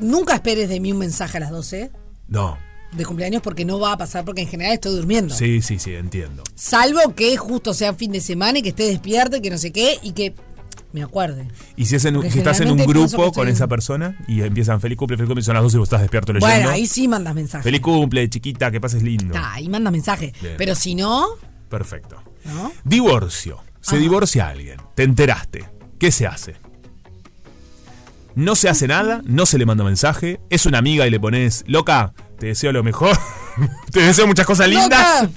Speaker 3: nunca esperes de mí un mensaje a las 12.
Speaker 2: No.
Speaker 3: de cumpleaños porque no va a pasar, porque en general estoy durmiendo.
Speaker 2: Sí, sí, sí, entiendo.
Speaker 3: Salvo que justo sea fin de semana y que esté despierto y que no sé qué y que me acuerde.
Speaker 2: ¿Y si, es en un-
Speaker 3: Porque
Speaker 2: si estás en un
Speaker 3: generalmente pienso
Speaker 2: grupo
Speaker 3: que
Speaker 2: con
Speaker 3: estoy-
Speaker 2: esa persona y empiezan feliz cumple, feliz cumple, son las 12 y vos estás despierto leyendo?
Speaker 3: Bueno, ahí sí mandas mensaje.
Speaker 2: Feliz cumple, chiquita, que pases lindo.
Speaker 3: Está, ahí mandas mensaje.
Speaker 2: Bien.
Speaker 3: Pero si no,
Speaker 2: Perfecto.
Speaker 3: ¿no?
Speaker 2: Divorcio. Se divorcia alguien. Te enteraste. ¿Qué se hace? No se hace nada, no se le manda mensaje, es una amiga y le pones, loca, te deseo lo mejor, [LAUGHS] te deseo muchas cosas lindas.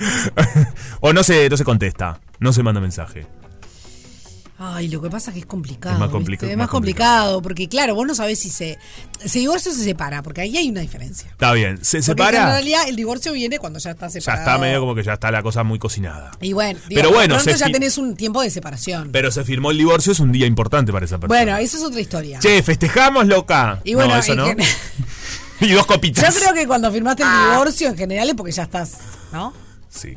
Speaker 2: o no se, no se contesta, no se manda mensaje.
Speaker 3: Ay, lo que pasa es que es complicado.
Speaker 2: Es más
Speaker 3: ¿viste?
Speaker 2: complica-
Speaker 3: Es
Speaker 2: más
Speaker 3: más complicado, porque claro, vos no sabés si se, se divorcia o se separa, porque ahí hay una diferencia.
Speaker 2: Está bien,
Speaker 3: Porque
Speaker 2: se
Speaker 3: en
Speaker 2: separa.
Speaker 3: realidad el divorcio viene cuando ya está
Speaker 2: Ya
Speaker 3: separado.
Speaker 2: está medio como que ya está la cosa muy cocinada.
Speaker 3: Y bueno,
Speaker 2: Pero bueno,
Speaker 3: pronto
Speaker 2: se
Speaker 3: ya
Speaker 2: fi-
Speaker 3: tenés un tiempo de separación.
Speaker 2: Pero se firmó el divorcio, es un día importante para esa persona.
Speaker 3: Bueno, eso es otra historia.
Speaker 2: Che, festejamos, loca.
Speaker 3: Y bueno,
Speaker 2: no, eso
Speaker 3: en
Speaker 2: no.
Speaker 3: gen-
Speaker 2: [LAUGHS] y Ah. dos
Speaker 3: Yo
Speaker 2: copitas.
Speaker 3: creo que cuando firmaste el divorcio en general es porque ya estás, ¿no?
Speaker 2: Sí.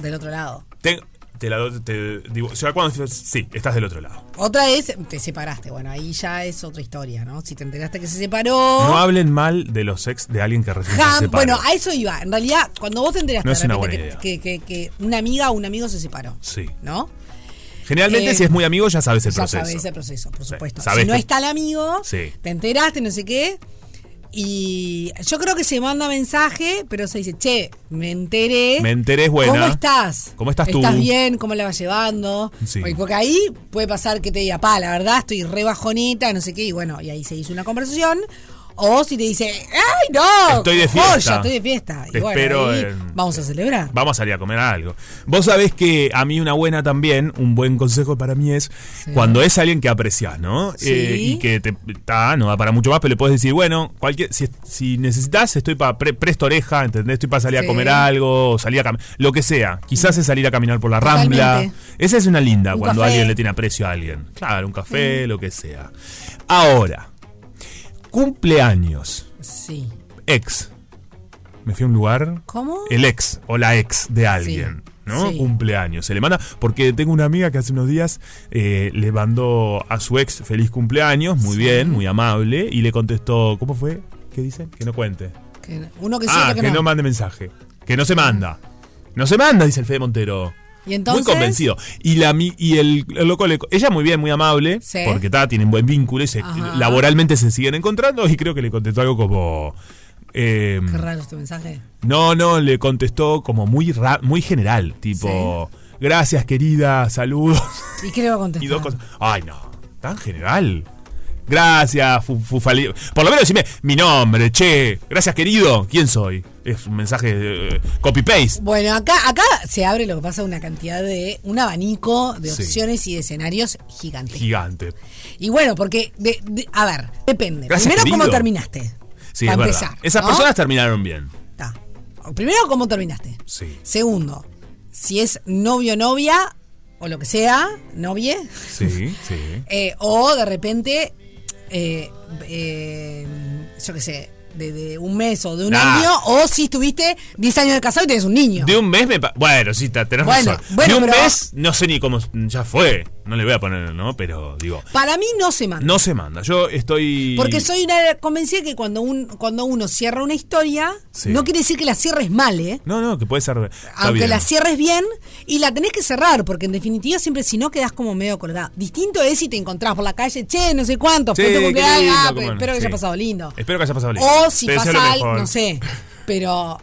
Speaker 3: Del otro lado.
Speaker 2: Te, te la do- te digo, o sea, cuando- sí, estás del otro lado.
Speaker 3: Otra es, te separaste. Bueno, ahí ya es otra historia, ¿no? Si te enteraste que se separó.
Speaker 2: No hablen mal de los ex de alguien que recién
Speaker 3: Jam-
Speaker 2: se separó.
Speaker 3: bueno, ah, a eso iba. En realidad, cuando vos te enteraste
Speaker 2: No es
Speaker 3: de
Speaker 2: una
Speaker 3: repente
Speaker 2: buena
Speaker 3: que, que- que- que una amiga o un amigo se separó,
Speaker 2: Sí.
Speaker 3: ¿no?
Speaker 2: Generalmente
Speaker 3: Eh,
Speaker 2: si es muy amigo ya sabes el
Speaker 3: ya
Speaker 2: proceso.
Speaker 3: sabés el proceso, por supuesto.
Speaker 2: sabés
Speaker 3: si no
Speaker 2: que-
Speaker 3: está el amigo,
Speaker 2: Sí.
Speaker 3: te enteraste, no sé qué. Y yo creo que se manda mensaje, pero se dice, che, me enteré.
Speaker 2: Me enteré, es buena.
Speaker 3: ¿Cómo estás?
Speaker 2: ¿Cómo estás tú?
Speaker 3: ¿Estás bien? ¿Cómo la vas llevando?
Speaker 2: Sí.
Speaker 3: Porque- Porque ahí puede pasar que te diga, pa, la verdad, estoy re bajonita, no sé qué, y bueno, y ahí se hizo una conversación. O si te dice, ¡ay, no!
Speaker 2: Estoy de
Speaker 3: joya,
Speaker 2: fiesta.
Speaker 3: estoy de fiesta.
Speaker 2: Te
Speaker 3: y bueno,
Speaker 2: espero
Speaker 3: ahí
Speaker 2: en-
Speaker 3: vamos a celebrar.
Speaker 2: Vamos a salir a comer algo. Vos sabés que a mí una buena también, un buen consejo para mí es cuando es alguien que aprecias, ¿no? Eh,
Speaker 3: Sí.
Speaker 2: y que te ta, no da para mucho más, pero le puedes decir, bueno, cualquier si, si necesitas, estoy para presto oreja, ¿entendés? Estoy para salir
Speaker 3: Sí. Mm.
Speaker 2: a comer algo, o salir a cam- lo que sea. Quizás es salir a caminar por la
Speaker 3: Totalmente.
Speaker 2: rambla. Esa es una linda
Speaker 3: Un
Speaker 2: cuando
Speaker 3: café. Mm.
Speaker 2: alguien le tiene aprecio a alguien. Claro, un café, lo que sea. Ahora, cumpleaños,
Speaker 3: Sí.
Speaker 2: ex. Me fui a un lugar
Speaker 3: ¿Cómo?
Speaker 2: el ex o la ex de alguien. ¿no?
Speaker 3: sí.
Speaker 2: Cumpleaños. Se le manda. Porque tengo una amiga que hace unos días eh, le mandó a su ex feliz cumpleaños, muy bien, muy amable, y le contestó. ¿Cómo fue? ¿Qué dicen? Que no cuente.
Speaker 3: Que- uno que sí,
Speaker 2: ah,
Speaker 3: otro
Speaker 2: que,
Speaker 3: que,
Speaker 2: no. mande mensaje. Que no se manda. No se manda, dice el Fede Montero.
Speaker 3: Y entonces.
Speaker 2: Muy convencido. Y la mi- y el, el loco le- ella muy bien, muy amable,
Speaker 3: Sí.
Speaker 2: porque ta, tienen buen vínculo y se-
Speaker 3: Ajá.
Speaker 2: laboralmente se siguen encontrando y creo que le contestó algo como eh,
Speaker 3: Qué raro este mensaje.
Speaker 2: no, no, le contestó como muy ra- muy general, tipo, gracias querida, saludos
Speaker 3: ¿Y qué le va a contestar?
Speaker 2: [LAUGHS] y dos cosas. Ay, no, tan general. Gracias, fu- fufali- Por lo menos decime mi nombre, che, gracias querido, ¿quién soy? Es un mensaje eh, copy-paste.
Speaker 3: Bueno, acá, acá se abre lo que pasa una cantidad de. un abanico de
Speaker 2: Sí.
Speaker 3: opciones y de escenarios gigantes.
Speaker 2: Gigante.
Speaker 3: Y bueno, porque. de- de- a ver, depende.
Speaker 2: Gracias,
Speaker 3: Primero,
Speaker 2: querido.
Speaker 3: ¿cómo terminaste?
Speaker 2: Sí,
Speaker 3: Para
Speaker 2: es verdad.
Speaker 3: empezar,
Speaker 2: Esas
Speaker 3: ¿no?
Speaker 2: personas terminaron bien.
Speaker 3: Está. Primero, ¿cómo terminaste?
Speaker 2: Sí.
Speaker 3: Segundo, si es novio o novia, o lo que sea, novie,
Speaker 2: Sí, sí.
Speaker 3: eh, o de repente, eh, eh, yo qué sé, de, de un mes o de un
Speaker 2: Nah.
Speaker 3: año, o si estuviste 10 años de casado y tenés un niño.
Speaker 2: De un mes me pa- Bueno, sí, ta- tenés
Speaker 3: Bueno,
Speaker 2: razón.
Speaker 3: bueno,
Speaker 2: de un
Speaker 3: pero-
Speaker 2: mes, no sé ni cómo. mm, Ya fue. No le voy a poner, ¿no? Pero digo.
Speaker 3: Para mí no se manda.
Speaker 2: No se manda. Yo estoy.
Speaker 3: Porque soy una convencida que cuando, un, cuando uno cierra una historia,
Speaker 2: Sí.
Speaker 3: no quiere decir que la cierres mal, ¿eh?
Speaker 2: No, no, que puede ser. está
Speaker 3: Aunque
Speaker 2: bien.
Speaker 3: la cierres bien y la tenés que cerrar, porque en definitiva siempre si no quedás como medio colgada. Distinto es si te encontrás por la calle, che, no sé cuánto,
Speaker 2: Sí,
Speaker 3: fue tu
Speaker 2: qué
Speaker 3: cumpleaños,
Speaker 2: lindo,
Speaker 3: ah,
Speaker 2: cómo
Speaker 3: pero
Speaker 2: no,
Speaker 3: espero que haya
Speaker 2: sí.
Speaker 3: pasado lindo.
Speaker 2: Espero que haya pasado liendo.
Speaker 3: O si
Speaker 2: Te deseo
Speaker 3: pasa
Speaker 2: lo
Speaker 3: algo,
Speaker 2: mejor.
Speaker 3: no sé. Pero.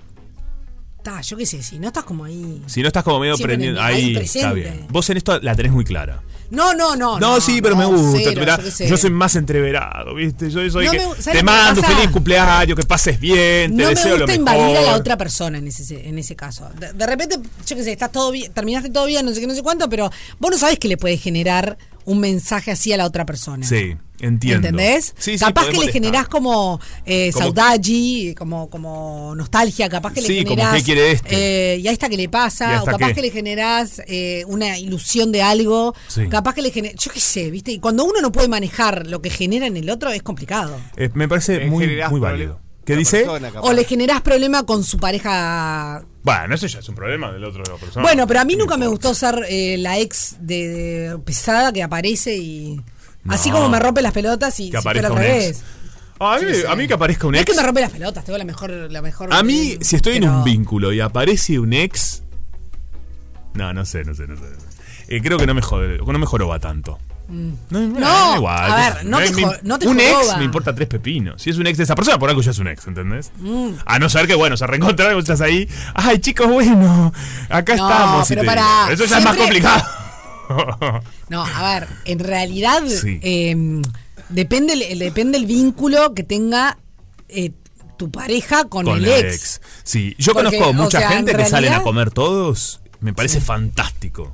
Speaker 3: Ta, yo qué sé, si no estás como ahí.
Speaker 2: Si no estás como medio
Speaker 3: Siempre
Speaker 2: prendiendo.
Speaker 3: en el- ahí
Speaker 2: Ahí está
Speaker 3: presente.
Speaker 2: bien. Vos en esto la tenés muy clara.
Speaker 3: No, no, no.
Speaker 2: No, sí, pero me gusta.
Speaker 3: cero,
Speaker 2: te verá-
Speaker 3: yo qué sé.
Speaker 2: yo, soy más entreverado, ¿viste? Yo soy
Speaker 3: No
Speaker 2: que
Speaker 3: me- ¿sabes lo que
Speaker 2: te mando
Speaker 3: pasa?
Speaker 2: feliz cumpleaños, que pases bien, te
Speaker 3: no me
Speaker 2: deseo
Speaker 3: gusta
Speaker 2: lo mejor.
Speaker 3: invadir a la otra persona en ese, en ese caso. De, de repente, yo qué sé, estás todo bien, terminaste todo bien, no sé qué, no sé cuánto, pero vos no sabés que le puede generar un mensaje así a la otra persona.
Speaker 2: Sí, entiendo.
Speaker 3: ¿Entendés?
Speaker 2: Sí, sí,
Speaker 3: capaz
Speaker 2: podés
Speaker 3: que le
Speaker 2: molestar.
Speaker 3: generás como, eh,
Speaker 2: Como-
Speaker 3: saudade, como, como nostalgia, capaz que le
Speaker 2: Sí, como,
Speaker 3: generás.
Speaker 2: ¿qué quiere este?
Speaker 3: eh, y a esta que le
Speaker 2: ¿Y
Speaker 3: pasa, o
Speaker 2: hasta
Speaker 3: capaz
Speaker 2: qué?
Speaker 3: que le generás eh, una ilusión de algo,
Speaker 2: Sí.
Speaker 3: capaz que le generás. Yo qué sé, ¿viste? Y cuando uno no puede manejar lo que genera en el otro, es complicado.
Speaker 2: Eh, me parece
Speaker 8: Le
Speaker 2: muy,
Speaker 8: generás
Speaker 2: muy
Speaker 8: problema
Speaker 2: válido. ¿Qué dice?
Speaker 8: persona, capaz.
Speaker 3: O le generás problema con su pareja
Speaker 2: Bueno, eso ya es un problema del otro de la persona.
Speaker 3: Bueno, pero a mí nunca me gustó ser eh, la ex de, de pesada que aparece y.
Speaker 2: No.
Speaker 3: Así como me rompe las pelotas y
Speaker 2: Que
Speaker 3: si fuera
Speaker 2: aparezca
Speaker 3: al
Speaker 2: un ex.
Speaker 3: revés.
Speaker 2: Ah, A mí, a mí que aparezca un
Speaker 3: No es
Speaker 2: ex.
Speaker 3: que me rompe las pelotas, tengo la mejor. La mejor
Speaker 2: A mí, si estoy en
Speaker 3: pero-
Speaker 2: un vínculo y aparece un ex. No, no sé, no sé, no sé. Eh, creo que no me jode, no me joroba tanto.
Speaker 3: Mm.
Speaker 2: No,
Speaker 3: No,
Speaker 2: da igual.
Speaker 3: a ver, no
Speaker 2: Me-
Speaker 3: te,
Speaker 2: me-
Speaker 3: jo- no te
Speaker 2: Un ex
Speaker 3: joroba.
Speaker 2: me importa tres pepinos. Si es un ex de esa persona, por algo ya es un ex, ¿entendés?
Speaker 3: Mm.
Speaker 2: A no ser que, bueno, se reencontraron, estás ahí. Ay, chicos, bueno, acá
Speaker 3: No,
Speaker 2: estamos. y
Speaker 3: pero
Speaker 2: te-
Speaker 3: pará,
Speaker 2: Eso ya es más
Speaker 3: siempre- [LAUGHS]
Speaker 2: complicado. [LAUGHS]
Speaker 3: No, a ver, en realidad
Speaker 2: Sí.
Speaker 3: eh, depende, el, depende el vínculo que tenga eh, tu pareja con, el ex.
Speaker 2: Sí, yo
Speaker 3: Porque,
Speaker 2: conozco
Speaker 3: o
Speaker 2: mucha
Speaker 3: sea,
Speaker 2: gente
Speaker 3: en
Speaker 2: que salen a
Speaker 3: realidad-
Speaker 2: comer todos. Me parece
Speaker 3: [LAUGHS]
Speaker 2: fantástico.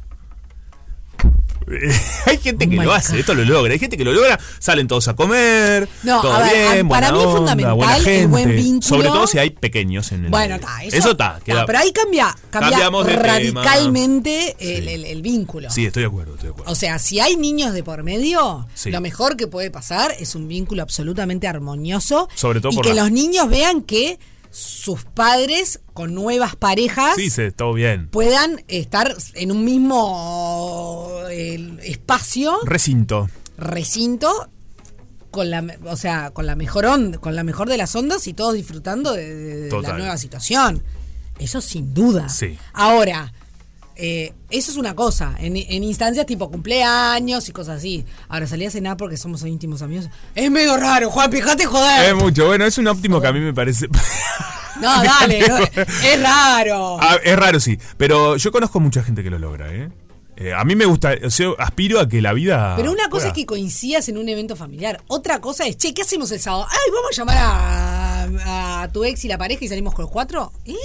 Speaker 2: Hay gente que
Speaker 3: Oh my
Speaker 2: lo hace, esto lo logra. Hay gente que lo logra, salen todos a comer.
Speaker 3: No,
Speaker 2: todo
Speaker 3: a ver, a-
Speaker 2: bien,
Speaker 3: para
Speaker 2: buena
Speaker 3: mí es
Speaker 2: onda,
Speaker 3: fundamental
Speaker 2: buena
Speaker 3: el
Speaker 2: gente.
Speaker 3: buen vínculo.
Speaker 2: Sobre todo si hay pequeños en el.
Speaker 3: Bueno, está, eso, ta,
Speaker 2: está. queda-
Speaker 3: pero ahí cambia, cambia
Speaker 2: Cambiamos de tema.
Speaker 3: radicalmente el, el- el vínculo.
Speaker 2: Sí, estoy de acuerdo, estoy de acuerdo.
Speaker 3: O sea, si hay niños de por medio,
Speaker 2: Sí.
Speaker 3: lo mejor que puede pasar es un vínculo absolutamente armonioso.
Speaker 2: Sobre todo
Speaker 3: y
Speaker 2: por
Speaker 3: que
Speaker 2: la-
Speaker 3: los niños vean que sus padres con nuevas parejas
Speaker 2: Sí, sí, todo bien.
Speaker 3: puedan estar en un mismo eh, espacio,
Speaker 2: Recinto.
Speaker 3: recinto, con la, me- o sea, con la mejor onda, con la mejor de las ondas y todos disfrutando de, de- de la
Speaker 2: Total.
Speaker 3: nueva situación. Eso sin duda.
Speaker 2: Sí.
Speaker 3: Ahora, eh, eso es una cosa. En, en instancias tipo cumpleaños y cosas así. Ahora salí a cenar porque somos íntimos amigos. Es medio raro, Juan, fíjate, joder.
Speaker 2: Es mucho. Bueno, es un óptimo que a mí me parece. [LAUGHS]
Speaker 3: No, dale, no, es raro.
Speaker 2: Ah, es raro, sí. Pero yo conozco mucha gente que lo logra, ¿eh? Eh, a mí me gusta, o sea, aspiro a que la vida.
Speaker 3: Pero una cosa
Speaker 2: Ah, fuera.
Speaker 3: es que coincidas en un evento familiar. Otra cosa es, che, ¿qué hacemos el sábado? Ay, vamos a llamar a, a tu ex y la pareja y salimos con los cuatro. Y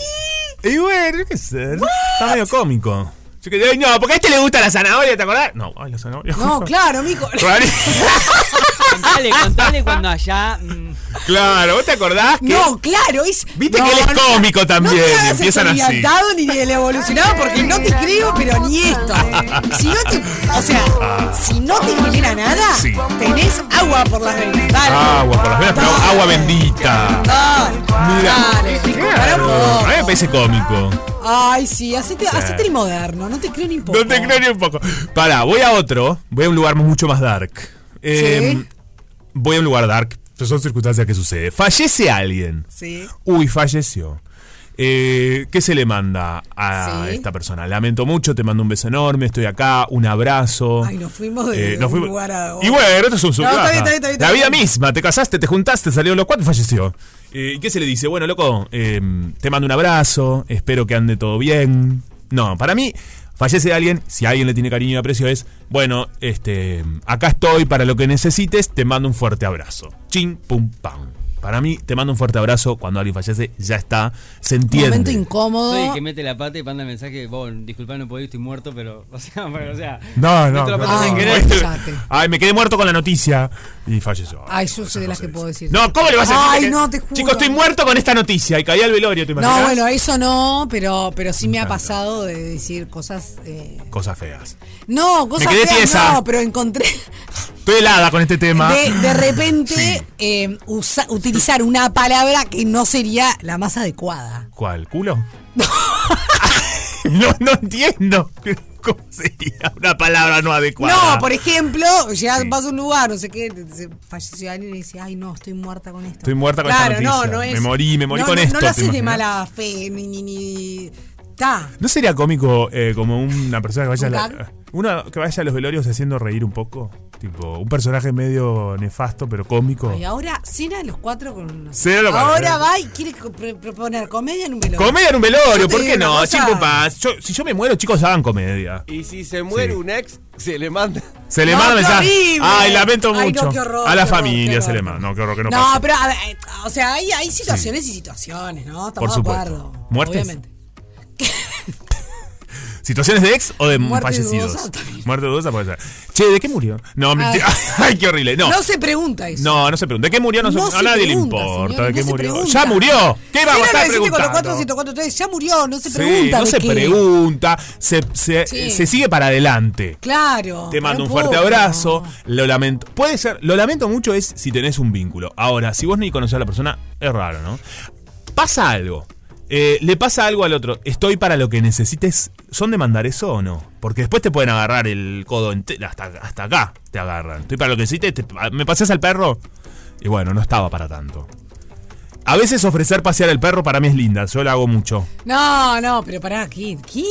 Speaker 2: Y bueno, yo qué sé. Está medio cómico. Yo que- ay, no, porque a este le gusta la zanahoria, ¿te acordás? No, ay, la zanahoria. [LAUGHS]
Speaker 3: No, claro, mijo.
Speaker 2: Claro.
Speaker 5: Contale, contale cuando allá. mm,
Speaker 2: Claro, ¿vos te acordás? Que
Speaker 3: No, claro, es.
Speaker 2: Viste
Speaker 3: No,
Speaker 2: que él es
Speaker 3: no,
Speaker 2: cómico también.
Speaker 3: No te
Speaker 2: y
Speaker 3: hagas
Speaker 2: empiezan
Speaker 3: el
Speaker 2: así.
Speaker 3: desorientado ni el evolucionado porque no te creo, pero ni esto. Si no te. O
Speaker 2: Ah,
Speaker 3: sea, si no te genera nada,
Speaker 2: Sí.
Speaker 3: tenés agua por las venas. Dale.
Speaker 2: Agua por las venas, pero agua bendita.
Speaker 3: Dale.
Speaker 2: Ah. Mira.
Speaker 3: Dale, sí, para un
Speaker 2: Claro,
Speaker 3: poco.
Speaker 2: a mí me parece cómico.
Speaker 3: Ay, sí, hacete,
Speaker 2: Sí.
Speaker 3: hacete el moderno, no te creo ni un poco.
Speaker 2: No te creo ni un poco. Pará, voy a otro. Voy a un lugar mucho más dark. Em, Voy a un lugar dark. Son circunstancias que sucede. Fallece alguien.
Speaker 3: Sí.
Speaker 2: Uy, falleció. Eh, ¿Qué se le manda a
Speaker 3: Sí.
Speaker 2: esta persona? Lamento mucho, te mando un beso enorme, estoy acá, un abrazo.
Speaker 3: Ay, nos fuimos de
Speaker 2: Eh, nos
Speaker 3: un
Speaker 2: fuimos-
Speaker 3: lugar a otro.
Speaker 2: Y bueno, esto es un Ah,
Speaker 3: No, está bien, está
Speaker 2: subcasa.
Speaker 3: bien, está bien, está
Speaker 2: La vida
Speaker 3: bien.
Speaker 2: misma, te casaste, te juntaste, salieron los cuatro y falleció. Eh, ¿Y qué se le dice? Bueno, loco, eh, te mando un abrazo, espero que ande todo bien. No, para mí, fallece alguien, si alguien le tiene cariño y aprecio es, bueno, este, acá estoy para lo que necesites, te mando un fuerte abrazo. Chin, pum, pam. Para mí, te mando un fuerte abrazo cuando alguien fallece, ya está, se
Speaker 3: Momento
Speaker 2: entiende.
Speaker 3: incómodo.
Speaker 5: Soy el que mete la pata y manda mensaje. Vos, disculpa, no puedo ir, estoy muerto, pero. [LAUGHS] O sea, pero, o sea.
Speaker 2: No, no,
Speaker 5: meto la
Speaker 2: no,
Speaker 5: pata
Speaker 2: no,
Speaker 5: sin
Speaker 2: no,
Speaker 5: querer.
Speaker 2: este-
Speaker 3: cállate.
Speaker 2: Ay, me quedé muerto con la noticia y falleció.
Speaker 3: Ay, yo soy de las que puedo decir.
Speaker 2: No, ¿cómo le vas a decir?
Speaker 3: Ay,
Speaker 2: que-
Speaker 3: no, te juro.
Speaker 2: Chico, estoy muerto con esta noticia. Y caí al velorio, ¿te imaginas?
Speaker 3: No, bueno, eso no, pero, pero sí me ha
Speaker 2: encanta.
Speaker 3: pasado de decir cosas. eh,
Speaker 2: Cosas feas.
Speaker 3: No, cosas
Speaker 2: quedé
Speaker 3: feas
Speaker 2: tiesa.
Speaker 3: no, pero encontré
Speaker 2: Estoy helada con este tema.
Speaker 3: de, de repente eh, usa- utilizar una palabra que no sería la más adecuada.
Speaker 2: ¿Cuál? ¿Culo? [LAUGHS] no, no entiendo. ¿Cómo sería una palabra no adecuada?
Speaker 3: No, por ejemplo, llegas,
Speaker 2: Sí.
Speaker 3: vas a un lugar, no sé qué, te- te- falleció alguien y dice, ay no, estoy muerta con esto.
Speaker 2: Estoy muerta con
Speaker 3: claro,
Speaker 2: esta noticia.
Speaker 3: no, no es.
Speaker 2: Me morí, me morí
Speaker 3: no,
Speaker 2: con
Speaker 3: no,
Speaker 2: esto.
Speaker 3: No lo
Speaker 2: ¿te
Speaker 3: haces de
Speaker 2: imaginas?
Speaker 3: mala fe, ni, ni, ni. Ta.
Speaker 2: ¿No sería cómico eh, como una persona que vaya a
Speaker 3: ¿Un
Speaker 2: la-
Speaker 3: gag?
Speaker 2: una que vaya a los velorios haciendo reír un poco? Tipo, un personaje medio nefasto, pero cómico.
Speaker 3: Y ahora cena los cuatro con no sé.
Speaker 2: Oh. Cena los cuatro.
Speaker 3: Ahora va y quiere co- pre- proponer comedia en un velorio.
Speaker 2: Comedia en un velorio,
Speaker 3: Yo te
Speaker 2: ¿por
Speaker 3: digo
Speaker 2: qué
Speaker 3: una
Speaker 2: no?
Speaker 3: cosa.
Speaker 2: Chico paz. Yo- si yo me muero, chicos, hagan comedia.
Speaker 8: Y si se muere un ex, se le manda.
Speaker 2: Se le
Speaker 8: No,
Speaker 2: manda
Speaker 8: qué
Speaker 2: mensaje.
Speaker 8: horrible.
Speaker 2: Ay, lamento
Speaker 8: Ay,
Speaker 2: mucho.
Speaker 8: no, qué horror,
Speaker 2: a la
Speaker 8: qué horror,
Speaker 2: familia
Speaker 8: qué
Speaker 2: se le
Speaker 8: horror.
Speaker 2: manda. No, qué horror que no,
Speaker 3: No,
Speaker 2: pase.
Speaker 3: pero a ver, eh, o sea, hay, hay situaciones y situaciones, ¿no? Estamos
Speaker 2: Por supuesto.
Speaker 3: de acuerdo.
Speaker 2: ¿Muertes?
Speaker 3: Obviamente.
Speaker 2: ¿Situaciones de ex o de
Speaker 3: Muerte
Speaker 2: fallecidos?
Speaker 3: dudosa Ah.
Speaker 2: Muerte dudosa puede ser. Che, ¿de qué murió? No, mentira. [LAUGHS] Ay, qué horrible. No.
Speaker 3: No, se pregunta eso.
Speaker 2: No, no se pregunta. ¿De qué murió? No, se-
Speaker 3: No
Speaker 2: a
Speaker 3: se
Speaker 2: nadie
Speaker 3: pregunta,
Speaker 2: le importa.
Speaker 3: señores,
Speaker 2: ¿De qué
Speaker 3: no se
Speaker 2: murió?
Speaker 3: pregunta.
Speaker 2: ¡Ya murió! ¿Qué vamos a
Speaker 3: 0975 con
Speaker 2: estar
Speaker 3: los
Speaker 2: preguntando?
Speaker 3: 4043, ya murió, no se
Speaker 2: Sí,
Speaker 3: pregunta.
Speaker 2: no
Speaker 3: de
Speaker 2: se
Speaker 3: qué.
Speaker 2: pregunta. Se, se-
Speaker 3: Sí.
Speaker 2: se sigue para adelante.
Speaker 3: Claro.
Speaker 2: Te
Speaker 3: para
Speaker 2: mando un fuerte
Speaker 3: poco.
Speaker 2: abrazo. Lo lamento. Puede ser, lo lamento mucho es si tenés un vínculo. Ahora, si vos ni conocés a la persona, es raro, ¿no? Pasa algo. Eh, le pasa algo al otro. Estoy para lo que necesites. ¿Son de mandar eso o no? Porque después te pueden agarrar el codo ente- hasta, hasta acá. Te agarran. Estoy para lo que necesites. te- ¿Me pasás al perro? Y bueno, no estaba para tanto. A veces ofrecer pasear al perro para mí es linda, yo la hago mucho.
Speaker 3: No, no, pero pará, ¿qué? ¿Qué?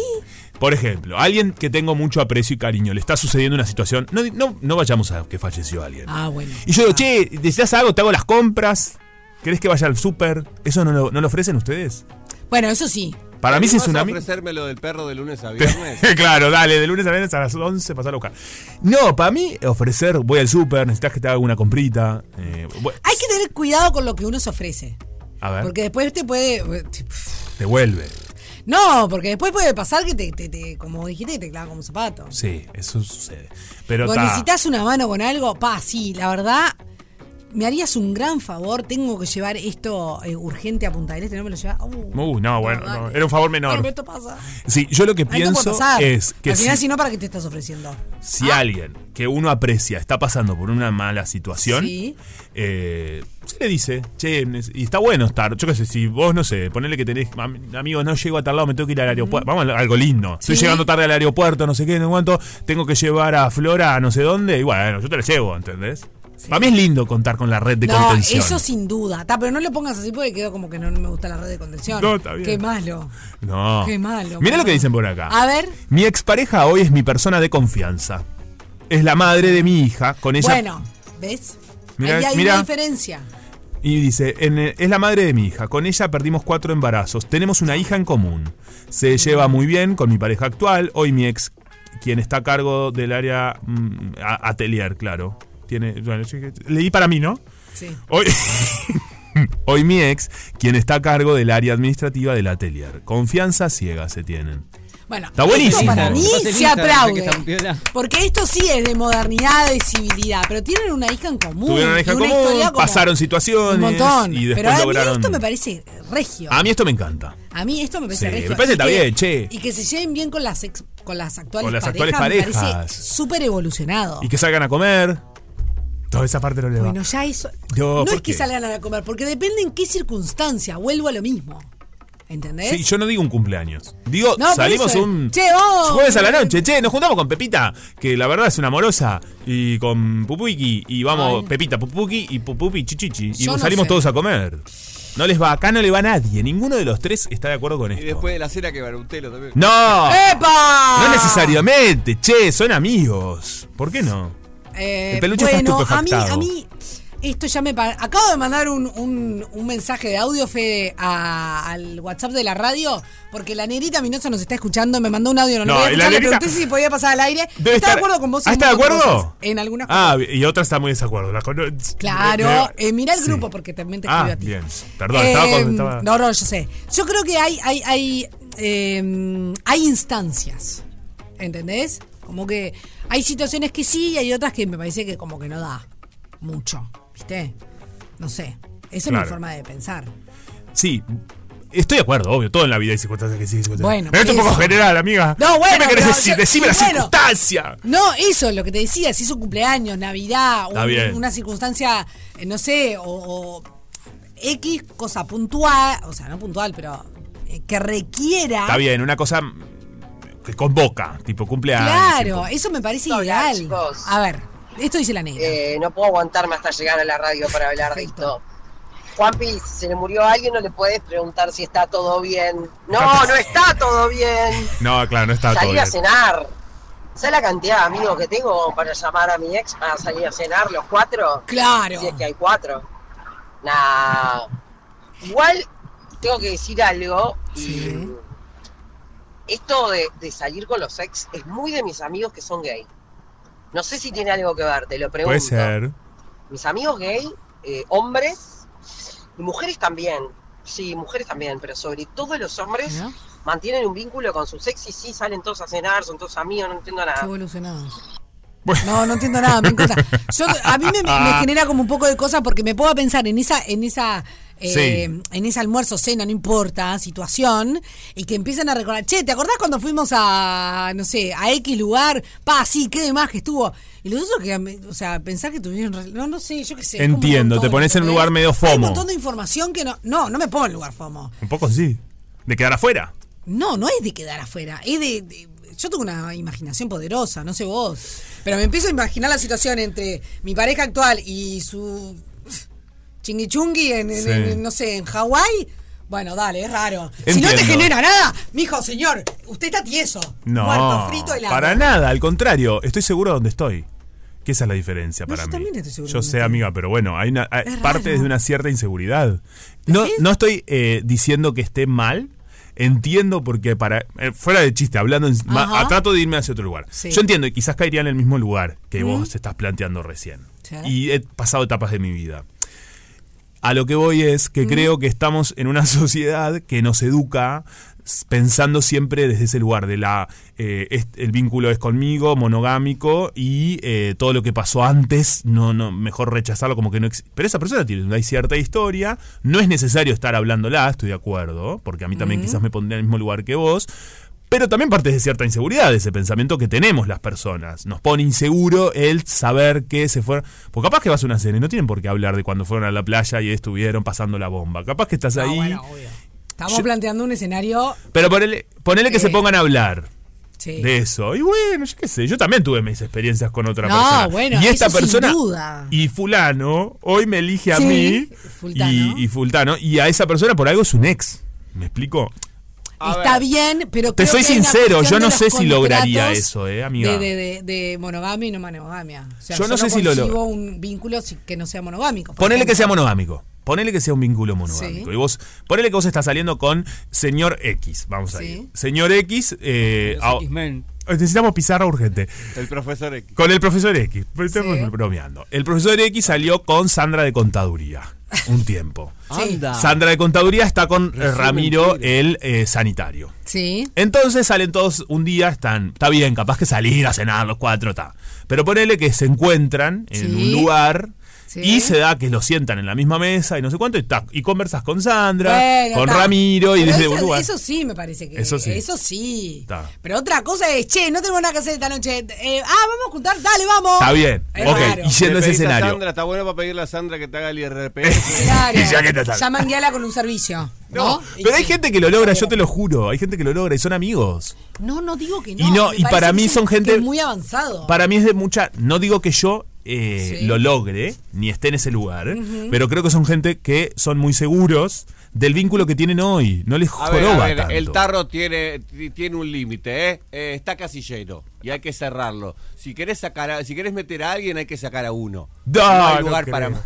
Speaker 2: Por ejemplo, alguien que tengo mucho aprecio y cariño, le está sucediendo una situación. No, di- no, no vayamos a que falleció alguien.
Speaker 3: Ah, bueno.
Speaker 2: Y yo digo, che, ¿deseas algo? ¿Te hago las compras? ¿Querés que vaya al súper? ¿Eso no lo, no lo ofrecen ustedes? [LAUGHS]
Speaker 3: Bueno, eso sí.
Speaker 2: Para mí, si es un amigo.
Speaker 8: ofrecerme lo del perro de
Speaker 2: [LAUGHS]
Speaker 8: lunes a viernes?
Speaker 2: claro, dale, de lunes a viernes a las 11 pasar a buscar. No, para mí, ofrecer, voy al súper, necesitas que te haga una comprita. eh, bu-
Speaker 3: Hay que tener cuidado con lo que uno se ofrece.
Speaker 2: a ver,
Speaker 3: Porque después te puede.
Speaker 2: te vuelve.
Speaker 3: No, porque después puede pasar que te, te- te- como dijiste, que te clava como un zapato.
Speaker 2: Sí, eso sucede. Pero
Speaker 3: Vos
Speaker 2: ta,
Speaker 3: necesitas una mano con algo, pa, sí, la verdad, me harías un gran favor, tengo que llevar esto eh, urgente a Punta del Este, no me lo llevas. Uh,
Speaker 2: Uh, no, bueno, no, era un favor menor.
Speaker 3: bueno, esto pasa.
Speaker 2: Sí, yo lo que
Speaker 3: Ah, esto puede
Speaker 2: pienso
Speaker 3: pasar.
Speaker 2: es que
Speaker 3: Al final,
Speaker 2: si-
Speaker 3: si no, ¿para qué te estás ofreciendo? Ah.
Speaker 2: si alguien que uno aprecia está pasando por una mala situación,
Speaker 3: Sí.
Speaker 2: eh, se le dice, che, nes- y está bueno estar, yo qué sé, si vos, no sé, ponele que tenés, am- amigos, no llego a tal lado, me tengo que ir al aeropuerto, vamos a algo lindo, estoy
Speaker 3: Sí.
Speaker 2: llegando tarde al aeropuerto, no sé qué, no sé cuánto, tengo que llevar a Flora a no sé dónde, y bueno, yo te la llevo, ¿entendés? Para mí es lindo contar con la red de
Speaker 3: no,
Speaker 2: contención.
Speaker 3: eso sin duda. Ta, pero no lo pongas así porque quedó como que no, me gusta la red de contención.
Speaker 2: No, está bien. Ah.
Speaker 3: Qué malo.
Speaker 2: No.
Speaker 3: Qué malo,
Speaker 2: Mira lo
Speaker 3: boludo.
Speaker 2: que dicen por acá.
Speaker 3: A ver.
Speaker 2: Mi expareja hoy es mi persona de confianza. Es la madre de mi hija, con ella
Speaker 3: Bueno, ¿ves?
Speaker 2: Mirá,
Speaker 3: Ahí hay
Speaker 2: mirá.
Speaker 3: una diferencia.
Speaker 2: Y dice, en- es la madre de mi hija, con ella perdimos cuatro embarazos, tenemos una hija en común. Se lleva muy bien con mi pareja actual, hoy mi ex, quien está a cargo del área mm, a- atelier, claro. Tiene, bueno, sí que- leí para mí, ¿no?
Speaker 3: Sí.
Speaker 2: Hoy, [LAUGHS] hoy mi ex, quien está a cargo del área administrativa del atelier. Confianza ciega se tienen.
Speaker 3: Bueno,
Speaker 2: Está buenísimo.
Speaker 3: esto para mí
Speaker 2: Pase el
Speaker 3: se
Speaker 2: Instagram,
Speaker 3: aplaude.
Speaker 2: sé que
Speaker 3: Porque esto sí es de modernidad, de civilidad. Pero tienen una hija en común.
Speaker 2: Tuvieron una hija
Speaker 3: y
Speaker 2: común,
Speaker 3: historia como
Speaker 2: pasaron situaciones
Speaker 3: Un montón.
Speaker 2: y después
Speaker 3: pero a mí
Speaker 2: lograron...
Speaker 3: esto me parece regio.
Speaker 2: A mí esto me encanta.
Speaker 3: A mí esto me parece
Speaker 2: Sí,
Speaker 3: regio.
Speaker 2: me
Speaker 3: Y
Speaker 2: parece está
Speaker 3: que-
Speaker 2: bien, che.
Speaker 3: Y que se lleven bien con las, ex- con las actuales
Speaker 2: Con las
Speaker 3: parejas.
Speaker 2: actuales
Speaker 3: Me
Speaker 2: parejas.
Speaker 3: parece súper evolucionado.
Speaker 2: Y que salgan a comer. Toda esa parte no le va.
Speaker 3: Bueno, ya eso.
Speaker 2: No,
Speaker 3: No,
Speaker 2: ¿por
Speaker 3: es que
Speaker 2: qué?
Speaker 3: salgan a comer, porque depende en qué circunstancia. Vuelvo a lo mismo. ¿Entendés?
Speaker 2: Sí, yo no digo un cumpleaños. Digo,
Speaker 3: ¿eh? No, por
Speaker 2: salimos
Speaker 3: eso es,
Speaker 2: un
Speaker 3: "Che, vos".
Speaker 2: jueves a la noche, che, nos juntamos con Pepita, que la verdad es una amorosa, y con Pupuiki, y vamos, Pepita, Pupuki y Pupupi Chichichi, y
Speaker 8: Yo no
Speaker 2: salimos
Speaker 8: sé.
Speaker 2: todos a comer. No les va, acá no le va nadie, ninguno de los tres está de acuerdo con
Speaker 8: Y
Speaker 2: esto.
Speaker 8: después de la cena que Barutelo también.
Speaker 2: ¡No!
Speaker 3: ¡Epa!
Speaker 2: No necesariamente, che, son amigos. ¿Por qué no?
Speaker 3: Eh,
Speaker 2: El peluche está
Speaker 3: bueno, a mí,
Speaker 2: estupefactado.
Speaker 3: a mí, esto ya me pa- Acabo de mandar un, un- un mensaje de audio, Fede, a- al WhatsApp de la radio, porque la negrita Minosa nos está escuchando, me mandó un audio, no, lo
Speaker 2: No,
Speaker 3: voy a
Speaker 2: y la
Speaker 3: escuchar, le
Speaker 2: negrita-
Speaker 3: pregunté si podía pasar al aire.
Speaker 2: Debe
Speaker 3: está de
Speaker 2: estar-
Speaker 3: acuerdo con vos.
Speaker 2: ¿Ah,
Speaker 3: en
Speaker 2: está de
Speaker 3: un montón
Speaker 2: acuerdo?
Speaker 3: cosas, En algunas
Speaker 2: Ah,
Speaker 3: cosas.
Speaker 2: y otra está muy de desacuerdo. la cono-
Speaker 3: Claro,
Speaker 2: Eh,
Speaker 3: eh, mirá el
Speaker 2: sí.
Speaker 3: grupo porque también te escribió
Speaker 2: Ah,
Speaker 3: a ti.
Speaker 2: bien. Perdón, estaba, con-
Speaker 3: Eh,
Speaker 2: estaba-
Speaker 3: No, no, yo sé. Yo creo que hay, hay, hay, eh, hay instancias. ¿Entendés? Como que hay situaciones que sí y hay otras que me parece que como que no da mucho. ¿Viste? No sé. Esa es
Speaker 2: Claro.
Speaker 3: mi forma de pensar.
Speaker 2: Sí. Estoy de acuerdo, obvio, todo en la vida hay circunstancias que sí, hay circunstancias.
Speaker 3: Bueno,
Speaker 2: pero esto es un poco
Speaker 3: eso.
Speaker 2: general, amiga.
Speaker 3: No, bueno,
Speaker 2: ¿Qué me querés
Speaker 3: pero
Speaker 2: decir?
Speaker 3: yo-
Speaker 2: Decime
Speaker 3: y
Speaker 2: la
Speaker 3: bueno.
Speaker 2: circunstancia.
Speaker 3: No, eso es lo que te decía. Si es un cumpleaños, Navidad,
Speaker 2: Está
Speaker 3: un-
Speaker 2: bien.
Speaker 3: una circunstancia, eh, no sé, o, o X cosa puntual, o sea, no puntual, pero eh, que requiera.
Speaker 2: Está bien, una cosa que convoca, tipo cumpleaños.
Speaker 3: Claro, eso me parece ideal. A ver, esto dice la negra.
Speaker 10: Eh, no puedo aguantarme hasta llegar a la radio para hablar de esto. Juanpi, si se le murió a alguien, no le puedes preguntar si está todo bien. No, no está todo bien.
Speaker 2: tipo- No, claro, no está todo
Speaker 10: salir
Speaker 2: bien.
Speaker 10: a cenar. ¿Sabes la cantidad de amigos que tengo para llamar a mi ex para salir a cenar los cuatro?
Speaker 3: Claro.
Speaker 10: Si es que hay cuatro. Nah. Igual tengo que decir algo. y Esto de, de salir con los ex es muy de mis amigos que son gay. No sé si tiene algo que ver, te lo pregunto
Speaker 2: Puede ser.
Speaker 10: mis amigos gay, eh, hombres, y mujeres también, sí, mujeres también, pero sobre todo los hombres mantienen un vínculo con sus ex y sí, salen todos a cenar, son todos amigos, no entiendo
Speaker 3: Qué
Speaker 10: nada.
Speaker 3: evolucionados. No, no entiendo nada, me encanta. Yo, a mí me, me
Speaker 2: Ah.
Speaker 3: genera como un poco de cosas porque me puedo pensar en esa, en esa, eh, en ese almuerzo, cena, no importa, situación, y que empiezan a recordar, che, ¿te acordás cuando fuimos a, no sé, a X lugar? Pa, sí, qué demás que estuvo. Y los otros que, o sea, pensar que tuvieron, re- no, no sé, yo qué sé. es como un
Speaker 2: Entiendo,
Speaker 3: montón,
Speaker 2: te pones en un
Speaker 3: ¿entendés?
Speaker 2: lugar medio
Speaker 3: Hay un
Speaker 2: fomo.
Speaker 3: montón de información que no, no, no me pongo en lugar fomo.
Speaker 2: Un poco sí. De quedar afuera.
Speaker 3: No, no es de quedar afuera, es de, de- Yo tengo una imaginación poderosa, no sé vos. Pero me empiezo a imaginar la situación entre mi pareja actual y su chinguichungui en, en-
Speaker 2: Sí.
Speaker 3: en- no sé, en Hawái. Bueno, dale, es raro. Si no te
Speaker 2: Entiendo.
Speaker 3: genera nada, mijo, señor, usted está tieso.
Speaker 2: No,
Speaker 3: Muerto, frito, helado.
Speaker 2: para nada, al contrario, estoy seguro de donde estoy. Que esa es la diferencia Ah, para mí.
Speaker 3: También estoy seguro.
Speaker 2: Yo sé, amiga, pero bueno, hay una hay-
Speaker 3: Es raro.
Speaker 2: parte de una cierta inseguridad. No, no estoy eh, diciendo que esté mal. Entiendo porque para eh, fuera de chiste, hablando, en- ma-
Speaker 3: Ajá.
Speaker 2: a- trato de irme hacia otro lugar.
Speaker 3: Sí.
Speaker 2: Yo entiendo y quizás caería en el mismo lugar que
Speaker 3: Mm.
Speaker 2: vos estás planteando recién.
Speaker 3: Sí.
Speaker 2: Y he pasado etapas de mi vida. A lo que voy es que creo que estamos en una [LAUGHS] sociedad que nos educa s- pensando siempre desde ese lugar de la eh, es- el vínculo es conmigo monogámico y eh, todo lo que pasó antes no no mejor rechazarlo como que no ex- pero esa persona tiene una cierta historia no es necesario estar hablándola estoy de acuerdo porque a mí también
Speaker 11: Mm.
Speaker 2: quizás me pondría en el mismo lugar que vos pero también parte de cierta inseguridad, de ese pensamiento que tenemos las personas. Nos pone inseguro el saber que se fueron. Porque Pues capaz que vas a una cena y no tienen por qué hablar de cuando fueron a la playa y estuvieron pasando la bomba. Capaz que estás ahí.
Speaker 3: Estamos planteando un escenario.
Speaker 2: Pero ponele, ponele que
Speaker 3: Eh,
Speaker 2: se pongan a hablar
Speaker 3: Sí.
Speaker 2: de eso. Y bueno, yo qué sé, yo también tuve mis experiencias con otra
Speaker 3: No,
Speaker 2: persona.
Speaker 3: bueno,
Speaker 2: y esta
Speaker 3: eso sin
Speaker 2: persona
Speaker 3: duda.
Speaker 2: y fulano hoy me elige a
Speaker 3: Sí,
Speaker 2: mí
Speaker 3: fultano.
Speaker 2: Y, y fultano y a esa persona por algo es un ex. ¿Me explico?
Speaker 3: Está bien, pero
Speaker 2: Te
Speaker 3: creo
Speaker 2: soy
Speaker 3: que hay una
Speaker 2: sincero, yo
Speaker 3: cuestión
Speaker 2: no
Speaker 3: de
Speaker 2: sé
Speaker 3: los
Speaker 2: si lograría
Speaker 3: contratos
Speaker 2: eso, eh, amiga.
Speaker 3: De, de- de- de monogamia y no monogamia. O sea,
Speaker 2: Yo
Speaker 3: yo
Speaker 2: no
Speaker 3: no
Speaker 2: sé si lo
Speaker 3: concibo
Speaker 2: logro.
Speaker 3: un vínculo si- que no sea monogámico. por
Speaker 2: Ponele que sea
Speaker 3: ejemplo.
Speaker 2: monogámico. Ponele que sea un vínculo monogámico.
Speaker 3: Sí.
Speaker 2: Y vos, ponele que vos estás saliendo con señor X. Vamos a
Speaker 3: Sí.
Speaker 2: ir. Señor X. eh, ah, necesitamos pizarra urgente.
Speaker 8: El profesor X.
Speaker 2: Con el profesor X. Pero Estamos bromeando. El profesor X salió con Sandra de Contaduría un tiempo.
Speaker 3: Ah.
Speaker 5: Anda.
Speaker 2: Sandra de Contaduría está con eh,
Speaker 5: Resumen
Speaker 2: Ramiro, el eh, sanitario.
Speaker 3: Sí.
Speaker 2: Entonces salen todos un día, están, está bien, capaz que salir a cenar los cuatro, está. Pero ponele que se encuentran en
Speaker 3: Sí.
Speaker 2: un lugar
Speaker 3: Sí.
Speaker 2: y se da que lo sientan en la misma mesa y no sé cuánto, y, ta, y conversas con Sandra,
Speaker 3: Bueno,
Speaker 2: con
Speaker 3: está.
Speaker 2: Ramiro y
Speaker 3: Pero
Speaker 2: desde
Speaker 3: eso,
Speaker 2: un lugar.
Speaker 3: Eso sí me parece que.
Speaker 2: Eso sí.
Speaker 3: Eso sí.
Speaker 2: Está.
Speaker 3: Pero otra cosa es, che, no tenemos nada que hacer esta noche. eh, ah, vamos a juntar, dale, vamos. Eh,
Speaker 2: Está bien,
Speaker 3: Es
Speaker 2: ok,
Speaker 3: raro.
Speaker 2: y yendo a
Speaker 8: Le
Speaker 2: ese
Speaker 8: pedís a
Speaker 2: escenario.
Speaker 8: Sandra, está bueno para pedirle a Sandra que te haga el IRP.
Speaker 3: Claro.
Speaker 2: [LAUGHS] Y ya que te sale.
Speaker 3: Ya mangueala con un servicio. No,
Speaker 2: Pero hay gente que lo logra, yo te lo juro, hay gente que lo logra y son amigos.
Speaker 3: no, no digo que no.
Speaker 2: Y no,
Speaker 3: me
Speaker 2: y
Speaker 3: parece
Speaker 2: para
Speaker 3: que
Speaker 2: mí
Speaker 3: es
Speaker 2: son
Speaker 3: un-
Speaker 2: gente-
Speaker 3: que es muy avanzado.
Speaker 2: Para mí es de mucha. No digo que yo eh,
Speaker 3: Oh. Sí.
Speaker 2: lo logre, ni esté en ese lugar,
Speaker 3: Ujú.
Speaker 2: pero creo que son gente que son muy seguros del vínculo que tienen hoy. No les
Speaker 8: A ver, a
Speaker 2: joroba
Speaker 8: ver,
Speaker 2: tanto.
Speaker 8: el tarro tiene, ti- tiene un límite, ¿eh? Eh, Está casi lleno y hay que cerrarlo. Si querés sacar, a- si querés meter a alguien, hay que sacar a uno.
Speaker 2: No,
Speaker 8: hay
Speaker 2: no
Speaker 8: lugar
Speaker 2: creo.
Speaker 8: para más.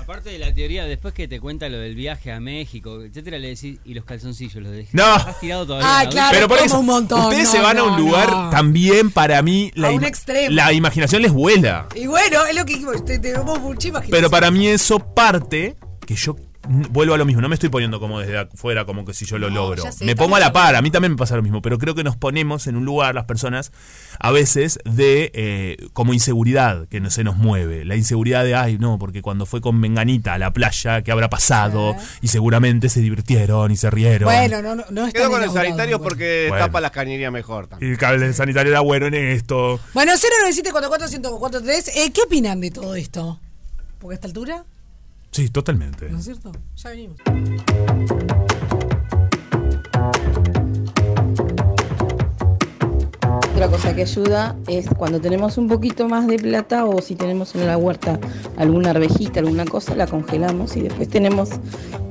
Speaker 5: Aparte de la teoría, después que te cuenta lo del viaje a México, etcétera, le decís, y los calzoncillos los dejé.
Speaker 2: No.
Speaker 5: Has tirado todavía.
Speaker 3: Ah,
Speaker 5: ¿no?
Speaker 3: claro,
Speaker 2: pero por
Speaker 3: como
Speaker 2: eso,
Speaker 3: un montón.
Speaker 2: ustedes
Speaker 3: No,
Speaker 2: se van a
Speaker 3: no,
Speaker 2: un lugar
Speaker 3: no.
Speaker 2: también para mí la,
Speaker 3: A un
Speaker 2: ima-
Speaker 3: extremo.
Speaker 2: la imaginación les vuela.
Speaker 3: Y bueno, es lo que dijimos, te, te vos mucha imaginación.
Speaker 2: Pero para mí eso parte que yo n- vuelvo a lo mismo, no me estoy poniendo como desde afuera, como que si yo lo logro.
Speaker 3: ya sé,
Speaker 2: me
Speaker 3: está
Speaker 2: pongo a la
Speaker 3: bien.
Speaker 2: par, a mí también me pasa lo mismo, pero creo que nos ponemos en un lugar, las personas, a veces de eh, como inseguridad que no se nos mueve. La inseguridad de, ay, no, porque cuando fue con Menganita a la playa, ¿qué habrá pasado? Y seguramente se divirtieron y se rieron.
Speaker 3: Eh. Bueno, no, no, no es
Speaker 8: Quedo
Speaker 3: tan
Speaker 8: con el
Speaker 3: elaborado,
Speaker 8: sanitario
Speaker 3: bueno.
Speaker 8: porque
Speaker 2: Bueno.
Speaker 8: Eh, tapa las cañerías mejor. también.
Speaker 2: Y el cable sanitario era bueno en esto.
Speaker 3: Bueno, 097441043, eh, ¿qué opinan de todo esto? Porque a esta altura,
Speaker 2: Sí, totalmente.
Speaker 3: ¿no es cierto? Ya venimos.
Speaker 9: Otra cosa que ayuda es cuando tenemos un poquito más de plata o si tenemos en la huerta alguna arvejita, alguna cosa, la congelamos y después tenemos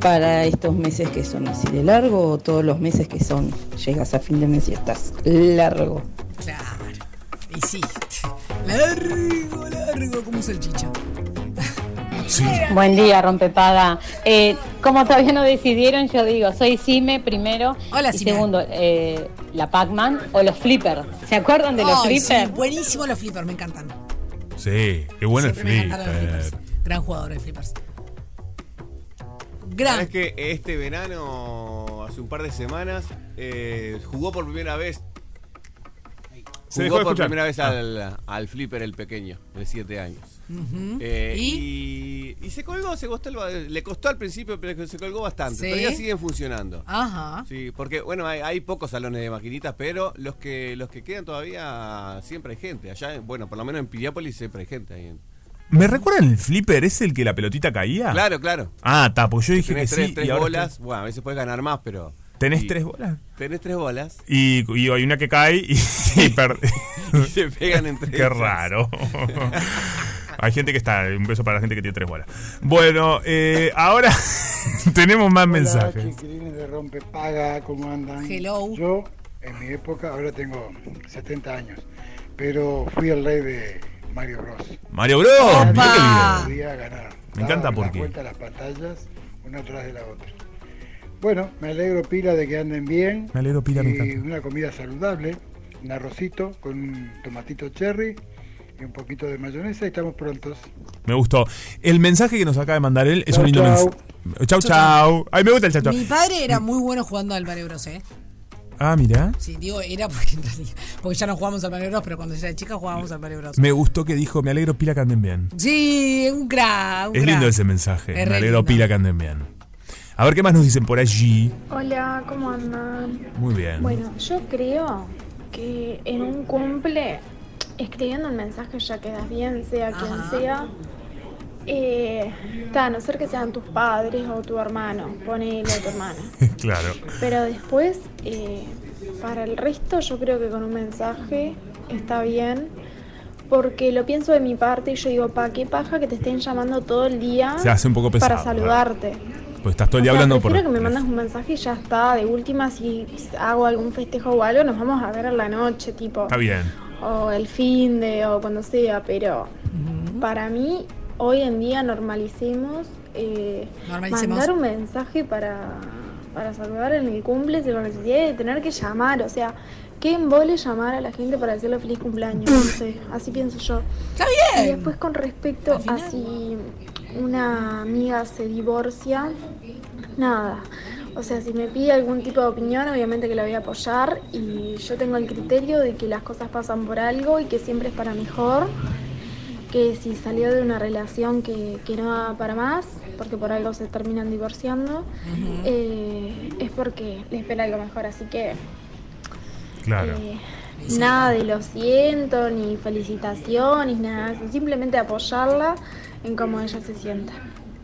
Speaker 9: para estos meses que son así de largo o todos los meses que son, llegas a fin de mes y estás largo.
Speaker 3: Claro. Y sí. Largo, largo, como un salchicha.
Speaker 12: Buen día, rompepaga. Eh, como todavía no decidieron, yo digo, soy Cime primero.
Speaker 3: Hola,
Speaker 12: y
Speaker 3: Cime.
Speaker 12: segundo, eh, la Pac-Man o los Flipper. ¿Se acuerdan de los
Speaker 3: Ay, sí,
Speaker 12: Flipper?
Speaker 3: buenísimo los flippers, me encantan.
Speaker 2: Sí, qué bueno
Speaker 3: Siempre me
Speaker 2: el eh.
Speaker 3: encantaron los
Speaker 2: flipper.
Speaker 3: flippers. Gran jugador de flippers.
Speaker 8: Es que este verano, hace un par de semanas, eh, jugó por primera vez.
Speaker 2: Se dejó
Speaker 8: jugó
Speaker 2: de
Speaker 8: por
Speaker 2: escuchar. Ah.
Speaker 8: primera vez al, al flipper el pequeño, de 7 años.
Speaker 3: Ujú.
Speaker 8: Eh,
Speaker 3: ¿Y?
Speaker 8: ¿Y? y se colgó, se costó el- le costó al principio, pero se colgó bastante.
Speaker 3: Sí.
Speaker 8: Todavía siguen funcionando.
Speaker 13: Ah.
Speaker 3: Ajá.
Speaker 8: Sí, porque bueno, hay, hay pocos salones de maquinitas, pero los que los que quedan todavía siempre hay gente. Allá, bueno, por lo menos en Piriápolis siempre hay gente. ahí en-
Speaker 2: ¿Me recuerdan el flipper? ¿Es el que la pelotita caía?
Speaker 8: Claro, claro.
Speaker 2: Ah, está, pues yo dije que
Speaker 8: Tenés tres,
Speaker 2: sí.
Speaker 8: tres
Speaker 2: y ahora
Speaker 8: bolas.
Speaker 2: estoy-
Speaker 8: Bueno, a veces puedes ganar más, pero.
Speaker 2: ¿Tenés
Speaker 8: y-
Speaker 2: tres bolas?
Speaker 8: Tenés tres bolas.
Speaker 2: Y, y [LAUGHS] hay
Speaker 8: [LAUGHS]
Speaker 2: una que cae y, y per-
Speaker 8: se pegan entre
Speaker 2: Qué
Speaker 8: ellas.
Speaker 2: raro. [LAUGHS] Hay gente que está. Un beso para la gente que tiene tres bolas. Bueno, eh, ahora [LAUGHS] tenemos más mensajes.
Speaker 11: Chiquilines de Rompe Paga, ¿cómo andan?
Speaker 3: Hello.
Speaker 11: Yo, en mi época, ahora tengo 70 años, pero fui el rey de Mario Bros.
Speaker 2: Mario
Speaker 11: Nadie
Speaker 2: Bros. mirá qué lindo.
Speaker 11: podía ganar.
Speaker 2: Me encanta
Speaker 11: Daba
Speaker 2: porque-
Speaker 11: La vuelta a las pantallas, una atrás de la otra. Bueno, me alegro pila de que anden bien.
Speaker 2: Me alegro, pila, me
Speaker 11: y
Speaker 2: encanta.
Speaker 11: una comida saludable, un arrocito con un tomatito cherry y un poquito de mayonesa y estamos prontos.
Speaker 2: Me gustó. El mensaje que nos acaba de mandar él es un lindo
Speaker 11: chau.
Speaker 2: mensaje. Chau, chau. Ay, me gusta el chau, chau.
Speaker 3: Mi padre era muy bueno jugando al Mario Bros, ¿eh?
Speaker 2: Ah, mira.
Speaker 3: Sí, digo, era porque en realidad- Porque ya no jugamos al Mario Bros, pero cuando yo era chica jugábamos al Mario Bros.
Speaker 2: Me gustó que dijo, me alegro pila que anden bien.
Speaker 3: Sí, un crack. un
Speaker 2: Es lindo
Speaker 3: crack.
Speaker 2: ese mensaje.
Speaker 3: Es re
Speaker 2: Me alegro
Speaker 3: lindo.
Speaker 2: pila que anden bien. A ver qué más nos dicen por allí.
Speaker 14: Hola, ¿cómo andan?
Speaker 2: Muy bien.
Speaker 14: Bueno, yo creo que en un cumple, escribiendo un mensaje ya quedas bien, sea
Speaker 15: Ajá.
Speaker 14: quien sea. Eh, ta, a no ser que sean tus padres o tu hermano, ponele a tu hermana.
Speaker 2: [LAUGHS] claro.
Speaker 14: Pero después, eh, para el resto, yo creo que con un mensaje está bien. Porque lo pienso de mi parte y yo digo, pa, qué paja que te estén llamando todo el día
Speaker 2: Se hace un poco
Speaker 14: para
Speaker 2: pesado,
Speaker 14: saludarte.
Speaker 2: Pues estás todo el día
Speaker 14: O sea,
Speaker 2: hablando por.
Speaker 14: prefiero que me mandas un mensaje y ya está. De última, si hago algún festejo o algo, nos vamos a ver en la noche, tipo.
Speaker 2: Está bien.
Speaker 14: O el fin de, o cuando sea, pero para mí, hoy en día normalicemos, eh,
Speaker 3: Normalicemos.
Speaker 14: mandar un mensaje para, para saludar en el cumple sin la necesidad de tener que llamar. O sea, qué embole llamar a la gente para decirle feliz cumpleaños. no sé, así pienso yo.
Speaker 3: Está
Speaker 14: Y después, con respecto a si una amiga se divorcia, nada. O sea, si me pide algún tipo de opinión, obviamente que la voy a apoyar y yo tengo el criterio de que las cosas pasan por algo y que siempre es para mejor, que si salió de una relación que, que no va para más, porque por algo se terminan divorciando, eh, es porque le espera algo mejor, así que
Speaker 2: Claro.
Speaker 14: eh, nada de lo siento, ni felicitaciones, nada, de eso, simplemente apoyarla en cómo ella se sienta.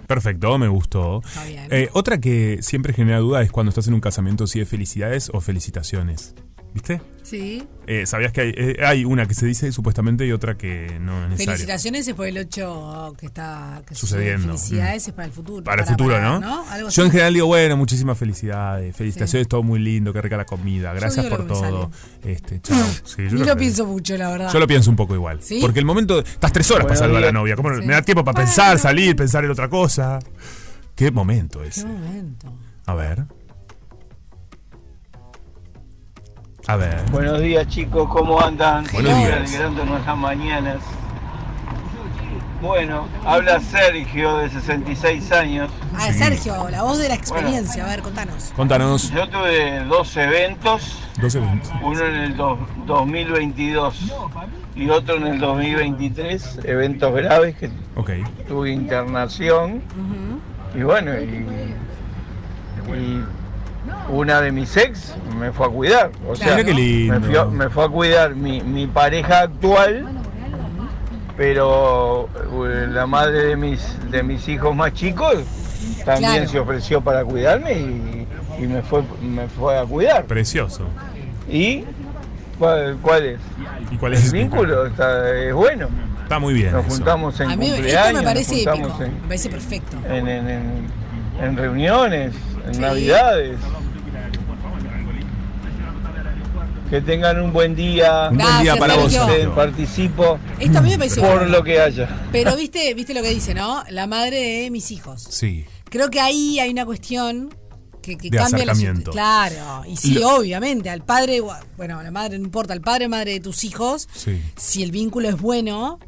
Speaker 2: Perfecto, me gustó. Eh, otra que siempre genera duda es cuando estás en un casamiento si es felicidades o felicitaciones. ¿Viste?
Speaker 3: Sí.
Speaker 2: Eh, ¿Sabías que hay, eh, hay una que se dice supuestamente y otra que no es necesaria?
Speaker 3: Felicitaciones es por el 8 que está que
Speaker 2: Sucediendo.
Speaker 3: Felicidades
Speaker 2: Mm.
Speaker 3: es para el futuro.
Speaker 2: Para el futuro,
Speaker 3: para-
Speaker 2: ¿no?
Speaker 3: Algo
Speaker 2: Yo
Speaker 3: así.
Speaker 2: en general digo, bueno, muchísimas felicidades, felicitaciones, todo muy lindo, qué rica la comida, gracias
Speaker 3: digo
Speaker 2: por
Speaker 3: lo que me
Speaker 2: todo. Este, chao.
Speaker 3: [LAUGHS]
Speaker 2: Sí, yo
Speaker 3: Ni
Speaker 2: lo
Speaker 3: lo
Speaker 2: creo.
Speaker 3: pienso mucho, la verdad.
Speaker 2: Yo lo pienso un poco igual.
Speaker 3: ¿Sí?
Speaker 2: Porque el momento. Estás tres horas
Speaker 3: Buenos
Speaker 2: para saludar a la
Speaker 3: días.
Speaker 2: novia. ¿Cómo no-
Speaker 3: Sí.
Speaker 2: Me da tiempo para pensar, salir, pensar en otra cosa. Qué momento ese.
Speaker 3: Qué momento.
Speaker 2: A ver. A ver.
Speaker 16: Buenos días chicos, ¿cómo andan?
Speaker 2: Buenos
Speaker 16: Siempre
Speaker 2: días.
Speaker 16: alegrando nuestras mañanas. Bueno, habla Sergio de 66 años.
Speaker 3: Ah, Sergio, la voz de la experiencia. A ver, contanos.
Speaker 2: Contanos.
Speaker 16: Yo tuve dos eventos,
Speaker 2: 12 minutos.
Speaker 16: uno en el do- 2022 y otro en el 2023, eventos graves que
Speaker 2: Ok.
Speaker 16: tuve internación. Y bueno, y, y una de mis ex me fue a cuidar. O sea,
Speaker 2: Mira qué lindo.
Speaker 16: Me, fui a- me fue a cuidar mi, mi pareja actual, pero eh, la madre de mis, de mis hijos más chicos también
Speaker 3: Claro.
Speaker 16: se ofreció para cuidarme y, y me, fue, me fue a cuidar.
Speaker 2: Precioso.
Speaker 16: ¿Y cuál, cuál es?
Speaker 2: ¿Y cuál es?
Speaker 16: El vínculo está, es bueno.
Speaker 2: Está muy bien.
Speaker 16: Nos
Speaker 2: eso.
Speaker 16: juntamos en
Speaker 3: A mí esto
Speaker 16: cumpleaños,
Speaker 3: me
Speaker 16: nos
Speaker 3: parece épico.
Speaker 16: juntamos en-
Speaker 3: Me parece perfecto.
Speaker 16: en, en- en- en reuniones, en
Speaker 3: Sí.
Speaker 16: navidades. Que tengan un buen día.
Speaker 3: Un buen día Gracias, para vos, Sergio. Sergio.
Speaker 16: Participo
Speaker 3: Esto a mí me parece
Speaker 16: por
Speaker 3: bueno.
Speaker 16: lo que haya.
Speaker 3: Pero viste, viste lo que dice, ¿no? La madre de mis hijos.
Speaker 2: Sí.
Speaker 3: Creo que ahí hay una cuestión que, que
Speaker 2: De
Speaker 3: cambia la
Speaker 2: acercamiento.
Speaker 3: Claro, y sí,
Speaker 2: Lo-
Speaker 3: obviamente, al padre, bueno, a la madre no importa, al padre o madre de tus hijos,
Speaker 2: Sí.
Speaker 3: si el vínculo es bueno,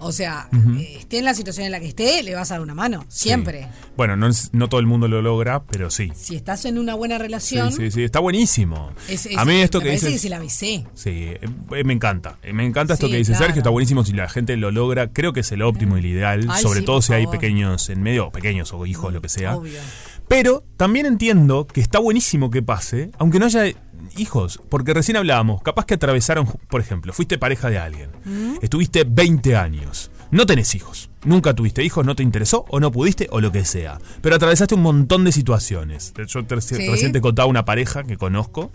Speaker 3: o sea,
Speaker 2: Ujú.
Speaker 3: esté en la situación en la que esté, le vas a dar una mano, siempre.
Speaker 2: Bueno, no, es- no todo el mundo lo logra, pero sí.
Speaker 3: Si estás en una buena relación,
Speaker 2: Sí, sí, sí. Está buenísimo.
Speaker 3: es- es-
Speaker 2: a mí esto
Speaker 3: me
Speaker 2: que
Speaker 3: parece
Speaker 2: dices.
Speaker 3: que se la besé.
Speaker 2: Sí, eh, me encanta. Eh, Me encanta esto
Speaker 3: Sí,
Speaker 2: que dice
Speaker 3: claro.
Speaker 2: Sergio. Está buenísimo si la gente lo logra. Creo que es el óptimo y el ideal.
Speaker 3: Ay,
Speaker 2: sobre
Speaker 3: sí,
Speaker 2: todo
Speaker 3: por
Speaker 2: si hay
Speaker 3: favor.
Speaker 2: pequeños en medio, o pequeños o hijos, lo que sea.
Speaker 3: Obvio.
Speaker 2: Pero también entiendo que está buenísimo que pase, aunque no haya hijos. Porque recién hablábamos, capaz que
Speaker 15: ¿Mm?
Speaker 2: atravesaron, por ejemplo, fuiste pareja de alguien. Estuviste 20 años. No tenés hijos. nunca tuviste hijos, no te interesó o no pudiste o lo que sea. Pero atravesaste un montón de situaciones. Yo ter-
Speaker 15: Sí.
Speaker 2: recién te contaba una pareja que conozco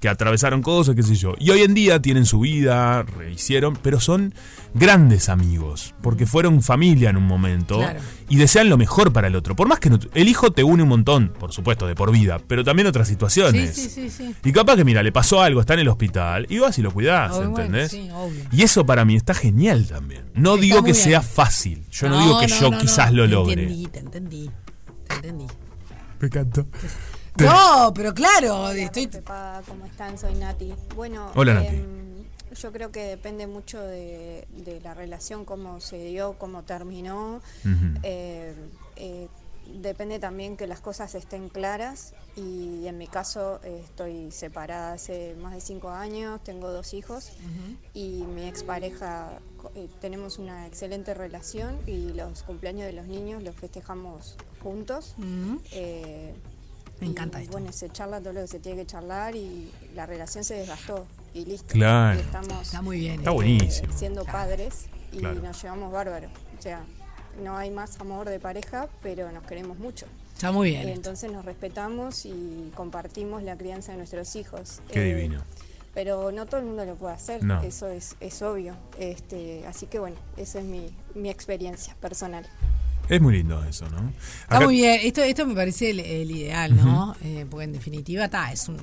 Speaker 2: que atravesaron cosas, qué sé yo. Y hoy en día tienen su vida, rehicieron, pero son grandes amigos, porque fueron familia en un momento
Speaker 15: Claro.
Speaker 2: y desean lo mejor para el otro. Por más que no- el hijo te une un montón, por supuesto, de por vida, pero también otras situaciones.
Speaker 15: Sí, sí, sí, sí.
Speaker 2: Y capaz que, mira, le pasó algo, está en el hospital, y vas y lo cuidás,
Speaker 15: Ah, bueno,
Speaker 2: ¿entendés?
Speaker 15: sí, obvio.
Speaker 2: Y eso para mí está genial también. No digo
Speaker 3: muy
Speaker 2: que
Speaker 3: bien.
Speaker 2: sea fácil, yo no, digo que
Speaker 3: no,
Speaker 2: yo
Speaker 3: no.
Speaker 2: quizás lo logre.
Speaker 3: Entendí, te entendí. Te entendí.
Speaker 2: Me encantó.
Speaker 3: No, pero claro, estoy.
Speaker 17: ¿Cómo están? Soy Nati. Bueno,
Speaker 2: Hola,
Speaker 17: em, yo creo que depende mucho de, de la relación, cómo se dio, cómo terminó.
Speaker 15: Ujú.
Speaker 17: Eh, eh, depende también que las cosas estén claras. Y en mi caso, eh, estoy separada hace más de cinco años, tengo dos hijos y mi expareja co- eh, tenemos una excelente relación y los cumpleaños de los niños los festejamos juntos. Eh,
Speaker 3: Me encanta
Speaker 17: y,
Speaker 3: esto.
Speaker 17: Bueno, se charla todo lo que se tiene que charlar y la relación se desgastó y listo.
Speaker 2: Claro.
Speaker 17: Y estamos, Está
Speaker 3: muy bien.
Speaker 2: Está buenísimo.
Speaker 17: Siendo padres y
Speaker 2: Claro.
Speaker 17: nos llevamos bárbaro. O sea, no hay más amor de pareja, pero nos queremos mucho.
Speaker 3: Está muy bien
Speaker 17: Y
Speaker 3: esto.
Speaker 17: entonces nos respetamos y compartimos la crianza de nuestros hijos.
Speaker 2: Qué
Speaker 17: Eh,
Speaker 2: divino.
Speaker 17: pero no todo el mundo lo puede hacer,
Speaker 2: No.
Speaker 17: eso es, es obvio. Este, así que bueno, esa es mi, mi experiencia personal.
Speaker 2: Es muy lindo eso, ¿no?
Speaker 3: Está
Speaker 2: Acá-
Speaker 3: muy bien. Esto, esto me parece el, el ideal, ¿no? Eh, porque en definitiva, está, es un.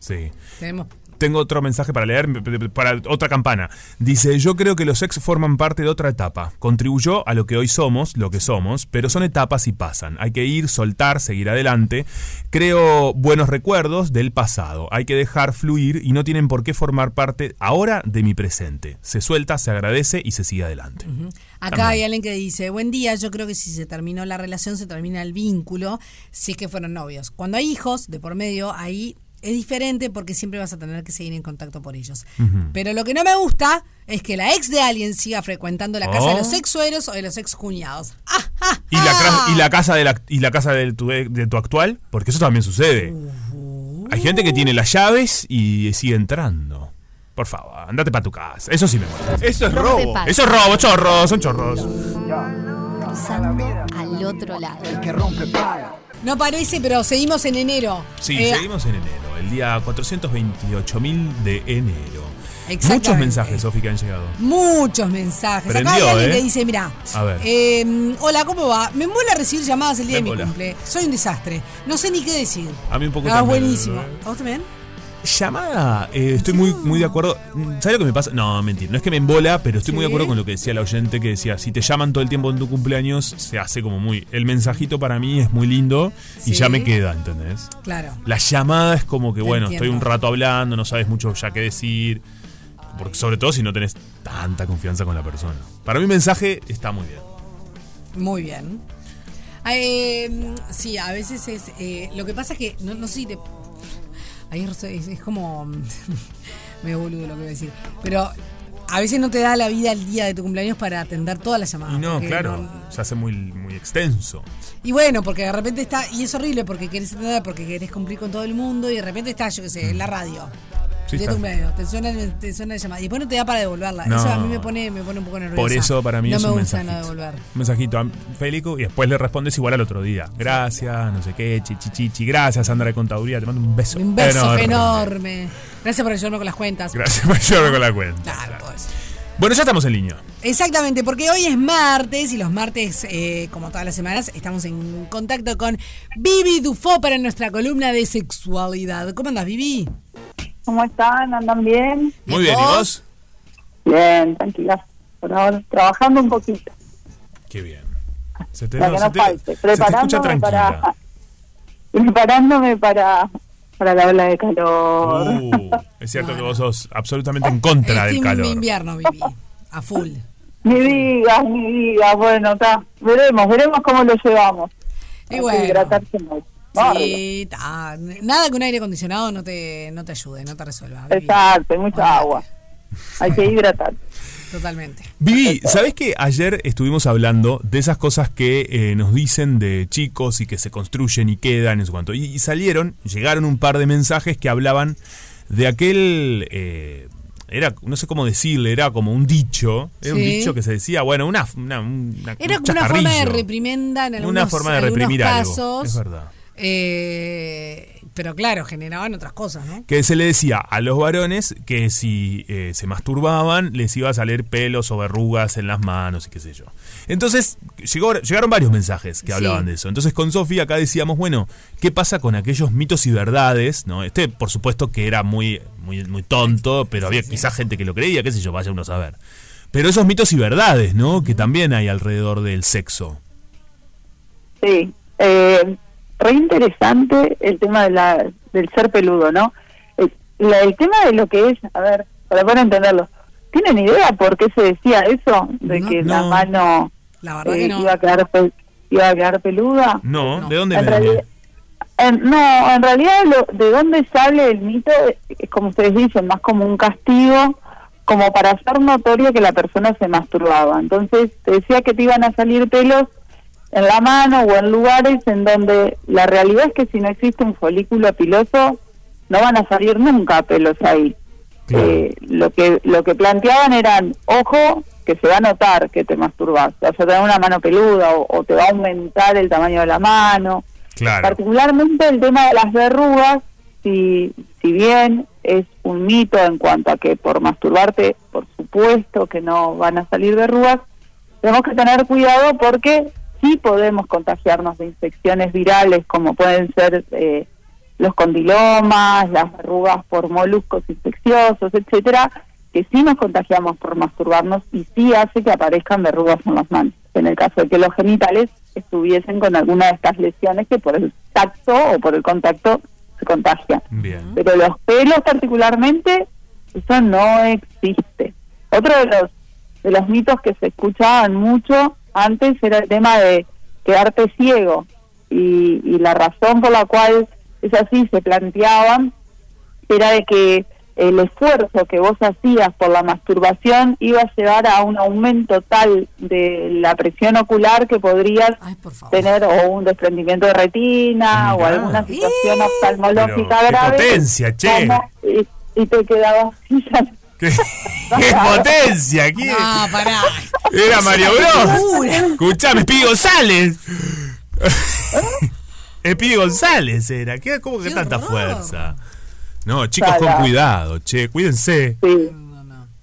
Speaker 2: Sí.
Speaker 3: Tenemos.
Speaker 2: Tengo otro mensaje para leer, p- p- para otra campana. Dice, yo creo que los ex forman parte de otra etapa. Contribuyó a lo que hoy somos, lo que somos, pero son etapas y pasan. Hay que ir, soltar, seguir adelante. Creo buenos recuerdos del pasado. Hay que dejar fluir y no tienen por qué formar parte ahora de mi presente. Se suelta, se agradece y se sigue adelante.
Speaker 3: Acá
Speaker 2: También.
Speaker 3: hay alguien que dice, buen día, yo creo que si se terminó la relación, se termina el vínculo, si es que fueron novios. Cuando hay hijos de por medio, ahí es diferente porque siempre vas a tener que seguir en contacto por ellos.
Speaker 2: Mm.
Speaker 15: Ujú.
Speaker 3: Pero lo que no me gusta es que la ex de alguien siga frecuentando la casa
Speaker 2: Oh.
Speaker 3: de los ex sueros o de los ex cuñados.
Speaker 2: ¿Y, la,
Speaker 3: Ah.
Speaker 2: cra- y la casa, de, la- y la casa de, tu, de tu actual? Porque eso también sucede. Hay gente que tiene las llaves y sigue entrando. Por favor, andate para tu casa. Eso sí me molesta.
Speaker 8: Eso es
Speaker 1: Rompe robo. paga.
Speaker 2: Eso es robo, chorros, son chorros.
Speaker 1: Cruzando al otro lado.
Speaker 3: No parece, pero seguimos en enero.
Speaker 2: Sí,
Speaker 3: Eh,
Speaker 2: seguimos en enero, el día 428.000 de enero.
Speaker 3: Exactamente.
Speaker 2: Muchos mensajes, Sofi, que han llegado.
Speaker 3: Muchos mensajes. Acá hay
Speaker 2: Prendió,
Speaker 3: alguien que
Speaker 2: ¿eh?
Speaker 3: dice, mira,
Speaker 2: A ver.
Speaker 3: eh, hola, ¿cómo va? Me mola recibir llamadas el día
Speaker 2: Me
Speaker 3: de mi
Speaker 2: mola.
Speaker 3: cumple. Soy un desastre. No sé ni qué decir.
Speaker 2: A mí un poco
Speaker 3: Ah,
Speaker 2: también.
Speaker 3: buenísimo. ¿A vos también?
Speaker 2: Llamada, eh, estoy muy, muy de acuerdo. Mm, ¿Sabes lo que me pasa? No, mentira, no es que me embola, pero estoy muy de acuerdo con lo que decía la oyente que decía, si te llaman todo el tiempo en tu cumpleaños, se hace como muy... El mensajito para mí es muy lindo y
Speaker 3: Sí.
Speaker 2: ya me queda, ¿entendés?
Speaker 3: Claro.
Speaker 2: La llamada es como que,
Speaker 3: Te
Speaker 2: bueno,
Speaker 3: entiendo.
Speaker 2: estoy un rato hablando, no sabes mucho ya qué decir. Porque sobre todo si no tenés tanta confianza con la persona. Para mí mensaje está muy bien.
Speaker 3: Muy bien. Eh, sí, a veces es. eh, lo que pasa es que. No, no sé si te. Ahí es, es- es como. [LAUGHS] me boludo lo que voy a decir. Pero a veces no te da la vida el día de tu cumpleaños para atender todas las llamadas.
Speaker 2: Y no,
Speaker 3: porque
Speaker 2: claro,
Speaker 3: no-
Speaker 2: se hace muy, muy extenso.
Speaker 3: Y bueno, porque de repente está. Y es horrible porque querés entender, porque querés cumplir con todo el mundo y de repente está, yo qué sé, en la radio.
Speaker 2: Sí,
Speaker 3: de
Speaker 2: está.
Speaker 3: tu cumpleaños, te suena, el- te suena la llamada. Y después no te da para devolverla.
Speaker 2: No.
Speaker 3: Eso a mí me pone, me pone un poco nerviosa.
Speaker 2: Por eso para mí
Speaker 3: no
Speaker 2: es
Speaker 3: me
Speaker 2: un
Speaker 3: gusta
Speaker 2: mensajito.
Speaker 3: no devolver.
Speaker 2: Un mensajito a Felico y después le respondes igual al otro día. Gracias, no sé qué, chichi, chichi. Gracias, Sandra de Contaduría. Te mando un beso.
Speaker 3: Un beso enorme. Gracias por ayudarme con las cuentas. pues.
Speaker 2: Gracias [LAUGHS] por ayudarme
Speaker 3: [LAUGHS]
Speaker 2: con la cuenta. Bueno, ya estamos en línea.
Speaker 3: Exactamente, porque hoy es martes y los martes, eh, como todas las semanas, estamos en contacto con Vivi Dufo para nuestra columna de sexualidad. ¿Cómo andas, Vivi?
Speaker 18: ¿Cómo están? ¿Andan bien?
Speaker 2: Muy bien, ¿y vos?
Speaker 18: Bien, tranquila. Por ahora trabajando un poquito.
Speaker 2: Qué bien. Se te,
Speaker 18: para
Speaker 2: no,
Speaker 18: que
Speaker 2: se
Speaker 18: no
Speaker 2: te-
Speaker 18: falte.
Speaker 2: se te escucha
Speaker 18: Preparándome
Speaker 2: tranquila.
Speaker 18: para, [LAUGHS] preparándome para, para la ola de calor. [LAUGHS]
Speaker 2: Uh, es cierto que vos sos absolutamente
Speaker 3: Ah,
Speaker 2: en contra del
Speaker 3: Team
Speaker 2: calor.
Speaker 3: invierno, Vivi. A full.
Speaker 18: Ni digas, ni digas. Bueno, está. Veremos, veremos cómo lo llevamos.
Speaker 3: Y
Speaker 18: Hay que
Speaker 3: bueno.
Speaker 18: hidratarse mucho.
Speaker 3: Sí, ta, nada que un aire acondicionado no te, no te ayude, no te resuelva. Vivi.
Speaker 18: Exacto, hay mucha agua. Hay que hidratar.
Speaker 3: Totalmente.
Speaker 2: Vivi, ¿sabés que ayer estuvimos hablando de esas cosas que eh, nos dicen de chicos y que se construyen y quedan en su cuanto? Y, y salieron, llegaron un par de mensajes que hablaban de aquel eh, era, no sé cómo decirle, era como un dicho, era un
Speaker 3: Sí.
Speaker 2: dicho que se decía, bueno, una, una, una-
Speaker 3: Era
Speaker 2: un
Speaker 3: como una forma de
Speaker 2: chascarrillo.
Speaker 3: reprimenda en algunos,
Speaker 2: una forma de
Speaker 3: algunos
Speaker 2: reprimir algo.
Speaker 3: casos.
Speaker 2: Es verdad.
Speaker 3: Eh, pero claro, generaban otras cosas, ¿no?
Speaker 2: Que se le decía a los varones que si eh, se masturbaban les iba a salir pelos o verrugas en las manos y qué sé yo. Entonces llegó, llegaron varios mensajes que hablaban
Speaker 15: Sí.
Speaker 2: de eso. Entonces con Sofía acá decíamos, bueno, ¿qué pasa con aquellos mitos y verdades? ¿no? Este por supuesto que era muy, muy, muy tonto, pero había quizás gente que lo creía, qué sé yo, vaya uno a saber. Pero esos mitos y verdades, ¿no? Que también hay alrededor del sexo.
Speaker 18: Sí, eh, re interesante el tema de la, del ser peludo, ¿no? Eh, la- el tema de lo que es, a ver, para poder entenderlo, ¿tienen idea por qué se decía eso? De que la mano eh,
Speaker 3: La
Speaker 2: verdad que no.
Speaker 18: iba, a quedar, pe- iba a quedar peluda.
Speaker 2: No, ¿de dónde
Speaker 18: En
Speaker 2: viene?
Speaker 18: realidad- En- no, en realidad lo- de dónde sale el mito, es como ustedes dicen, más como un castigo, como para hacer notorio que la persona se masturbaba. Entonces te decía que te iban a salir pelos en la mano o en lugares en donde la realidad es que si no existe un folículo piloso, no van a salir nunca pelos ahí. Eh, lo que lo que planteaban eran, ojo, que se va a notar que te masturbas, vas a tener una mano peluda o, o te va a aumentar el tamaño de la mano.
Speaker 2: Claro.
Speaker 18: Particularmente el tema de las verrugas, si, si bien es un mito en cuanto a que por masturbarte, por supuesto que no van a salir verrugas, tenemos que tener cuidado porque sí podemos contagiarnos de infecciones virales como pueden ser eh, los condilomas, las verrugas por moluscos infecciosos, etcétera, que sí nos contagiamos por masturbarnos y sí hace que aparezcan verrugas en las manos. En el caso de que los genitales estuviesen con alguna de estas lesiones que por el tacto o por el contacto se contagian.
Speaker 2: Bien.
Speaker 18: Pero los pelos particularmente, eso no existe. Otro de los, de los mitos que se escuchaban mucho antes era el tema de quedarte ciego. Y, y la razón por la cual es así, se planteaban, era de que el esfuerzo que vos hacías por la masturbación iba a llevar a un aumento tal de la presión ocular que podrías tener o un desprendimiento de retina o alguna situación oftalmológica
Speaker 2: qué
Speaker 18: grave.
Speaker 2: potencia, che.
Speaker 18: Como- y, y te quedabas sin saber.
Speaker 2: [LAUGHS]
Speaker 18: [LAUGHS]
Speaker 2: ¡Qué potencia! aquí!
Speaker 3: No, pará.
Speaker 2: Era
Speaker 3: Es
Speaker 2: Mario
Speaker 3: una
Speaker 2: Bros.
Speaker 3: locura.
Speaker 2: Escuchame, Pi González.
Speaker 3: ¿Eh?
Speaker 2: Epi González era. ¿Qué, ¿Cómo que tanta fuerza? No, chicos, con
Speaker 18: Para.
Speaker 2: cuidado, che, cuídense.
Speaker 18: Sí.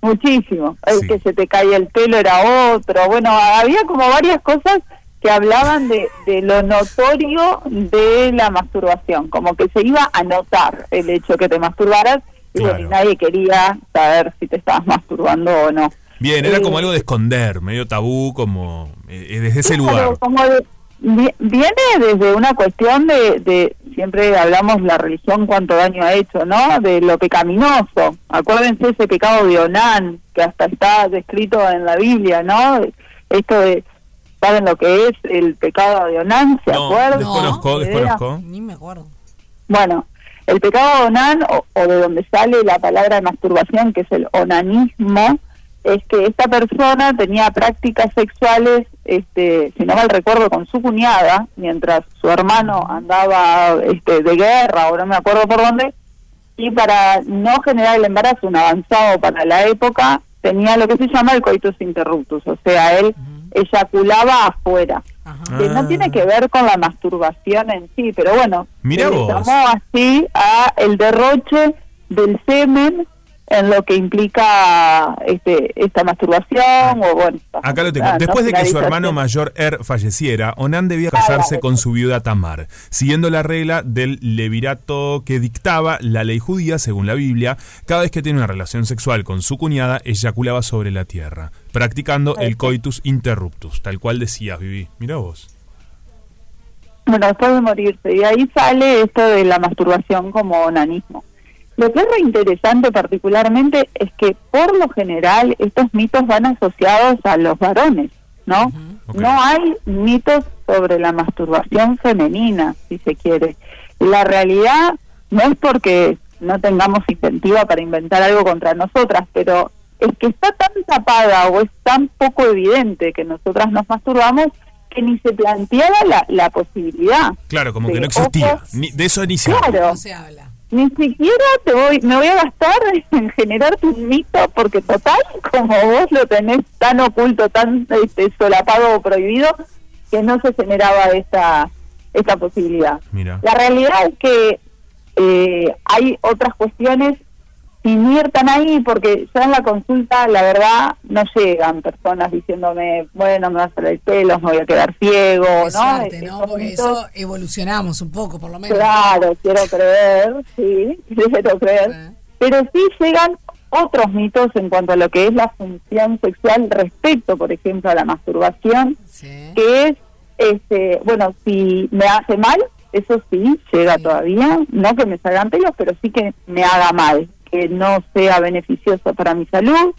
Speaker 18: Muchísimo. El que se te caía el pelo era otro. Bueno, había como varias cosas que hablaban de, de lo notorio de la masturbación, como que se iba a notar el hecho que te masturbaras y, bueno, y nadie quería saber si te estabas masturbando o no.
Speaker 2: Bien, era
Speaker 18: Eh,
Speaker 2: como algo de esconder, medio tabú, como eh, eh, desde ese
Speaker 18: Sí,
Speaker 2: lugar.
Speaker 18: pero como de- vi- viene desde una cuestión de, de- siempre hablamos la religión cuánto daño ha hecho, ¿no? De lo pecaminoso. Acuérdense ese pecado de Onán que hasta está descrito en la Biblia, ¿no? Esto de saben lo que es el pecado de Onán, ¿se acuerdan?
Speaker 2: desconozco,
Speaker 18: ¿Idea?
Speaker 2: desconozco.
Speaker 3: Ni me acuerdo.
Speaker 18: Bueno, el pecado de onan, o, o de donde sale la palabra masturbación, que es el onanismo, es que esta persona tenía prácticas sexuales, este, si no mal recuerdo, con su cuñada, mientras su hermano andaba este, de guerra, o no me acuerdo por dónde, y para no generar el embarazo, un avanzado para la época, tenía lo que se llama el coitus interruptus, o sea, él eyaculaba afuera,
Speaker 2: Ah,
Speaker 18: que no tiene que ver con la masturbación en sí, pero bueno,
Speaker 2: Mirá
Speaker 18: se le
Speaker 2: vos.
Speaker 18: llamó así a el derroche del semen en lo que implica este, esta masturbación o bueno,
Speaker 2: Ah. Acá lo tengo.
Speaker 18: Ah, no,
Speaker 2: Después de que su
Speaker 18: finalización.
Speaker 2: hermano mayor Er falleciera, Onan debía casarse con su viuda Tamar, siguiendo la regla del levirato que dictaba la ley judía, según la Biblia, cada vez que tenía una relación sexual con su cuñada, eyaculaba sobre la tierra, practicando el coitus interruptus, tal cual decías, Vivi. Mira vos.
Speaker 18: bueno, después de morirse. Y ahí sale esto de la masturbación como onanismo. Lo que es re interesante particularmente es que por lo general estos mitos van asociados a los varones, ¿no? No hay mitos sobre la masturbación femenina, si se quiere. La realidad no es porque no tengamos inventiva para inventar algo contra nosotras, pero es que está tan tapada o es tan poco evidente que nosotras nos masturbamos que ni se planteaba la, la posibilidad.
Speaker 2: Claro, como que
Speaker 18: Sí,
Speaker 2: no existía.
Speaker 18: ojos.
Speaker 2: Ni- de eso ni se habla.
Speaker 18: Claro. ni siquiera te voy, me voy a gastar [LAUGHS] en generarte un mito, porque total, como vos lo tenés tan oculto, tan este, solapado o prohibido, que no se generaba esta, esta posibilidad.
Speaker 2: Mira.
Speaker 18: La realidad es que eh, hay otras cuestiones sin ir tan ahí, porque ya en la consulta, la verdad, no llegan personas diciéndome, bueno, me vas a salir el pelo, me voy a quedar ciego, ¿no?
Speaker 3: Qué suerte,
Speaker 18: Esos
Speaker 3: ¿no? Porque
Speaker 18: mitos-
Speaker 3: eso evolucionamos un poco, por lo menos.
Speaker 18: Claro, quiero creer, sí, [LAUGHS] quiero creer. Pero sí llegan otros mitos en cuanto a lo que es la función sexual respecto, por ejemplo, a la masturbación, que es, este, bueno, si me hace mal, eso sí, llega todavía, no que me salgan pelos, pero sí que me haga mal, que no sea beneficioso para mi salud.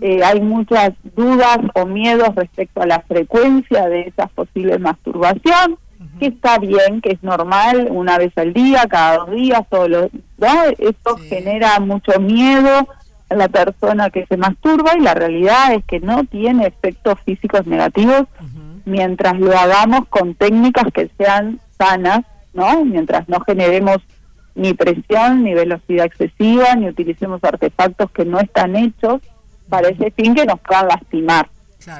Speaker 18: Eh, hay muchas dudas o miedos respecto a la frecuencia de esas posibles masturbación que está bien, que es normal, una vez al día, cada dos días, todos los, ¿no? Esto genera mucho miedo a la persona que se masturba y la realidad es que no tiene efectos físicos negativos mientras lo hagamos con técnicas que sean sanas, ¿no? Mientras no generemos ni presión, ni velocidad excesiva, ni utilicemos artefactos que no están hechos para ese fin que nos puedan lastimar.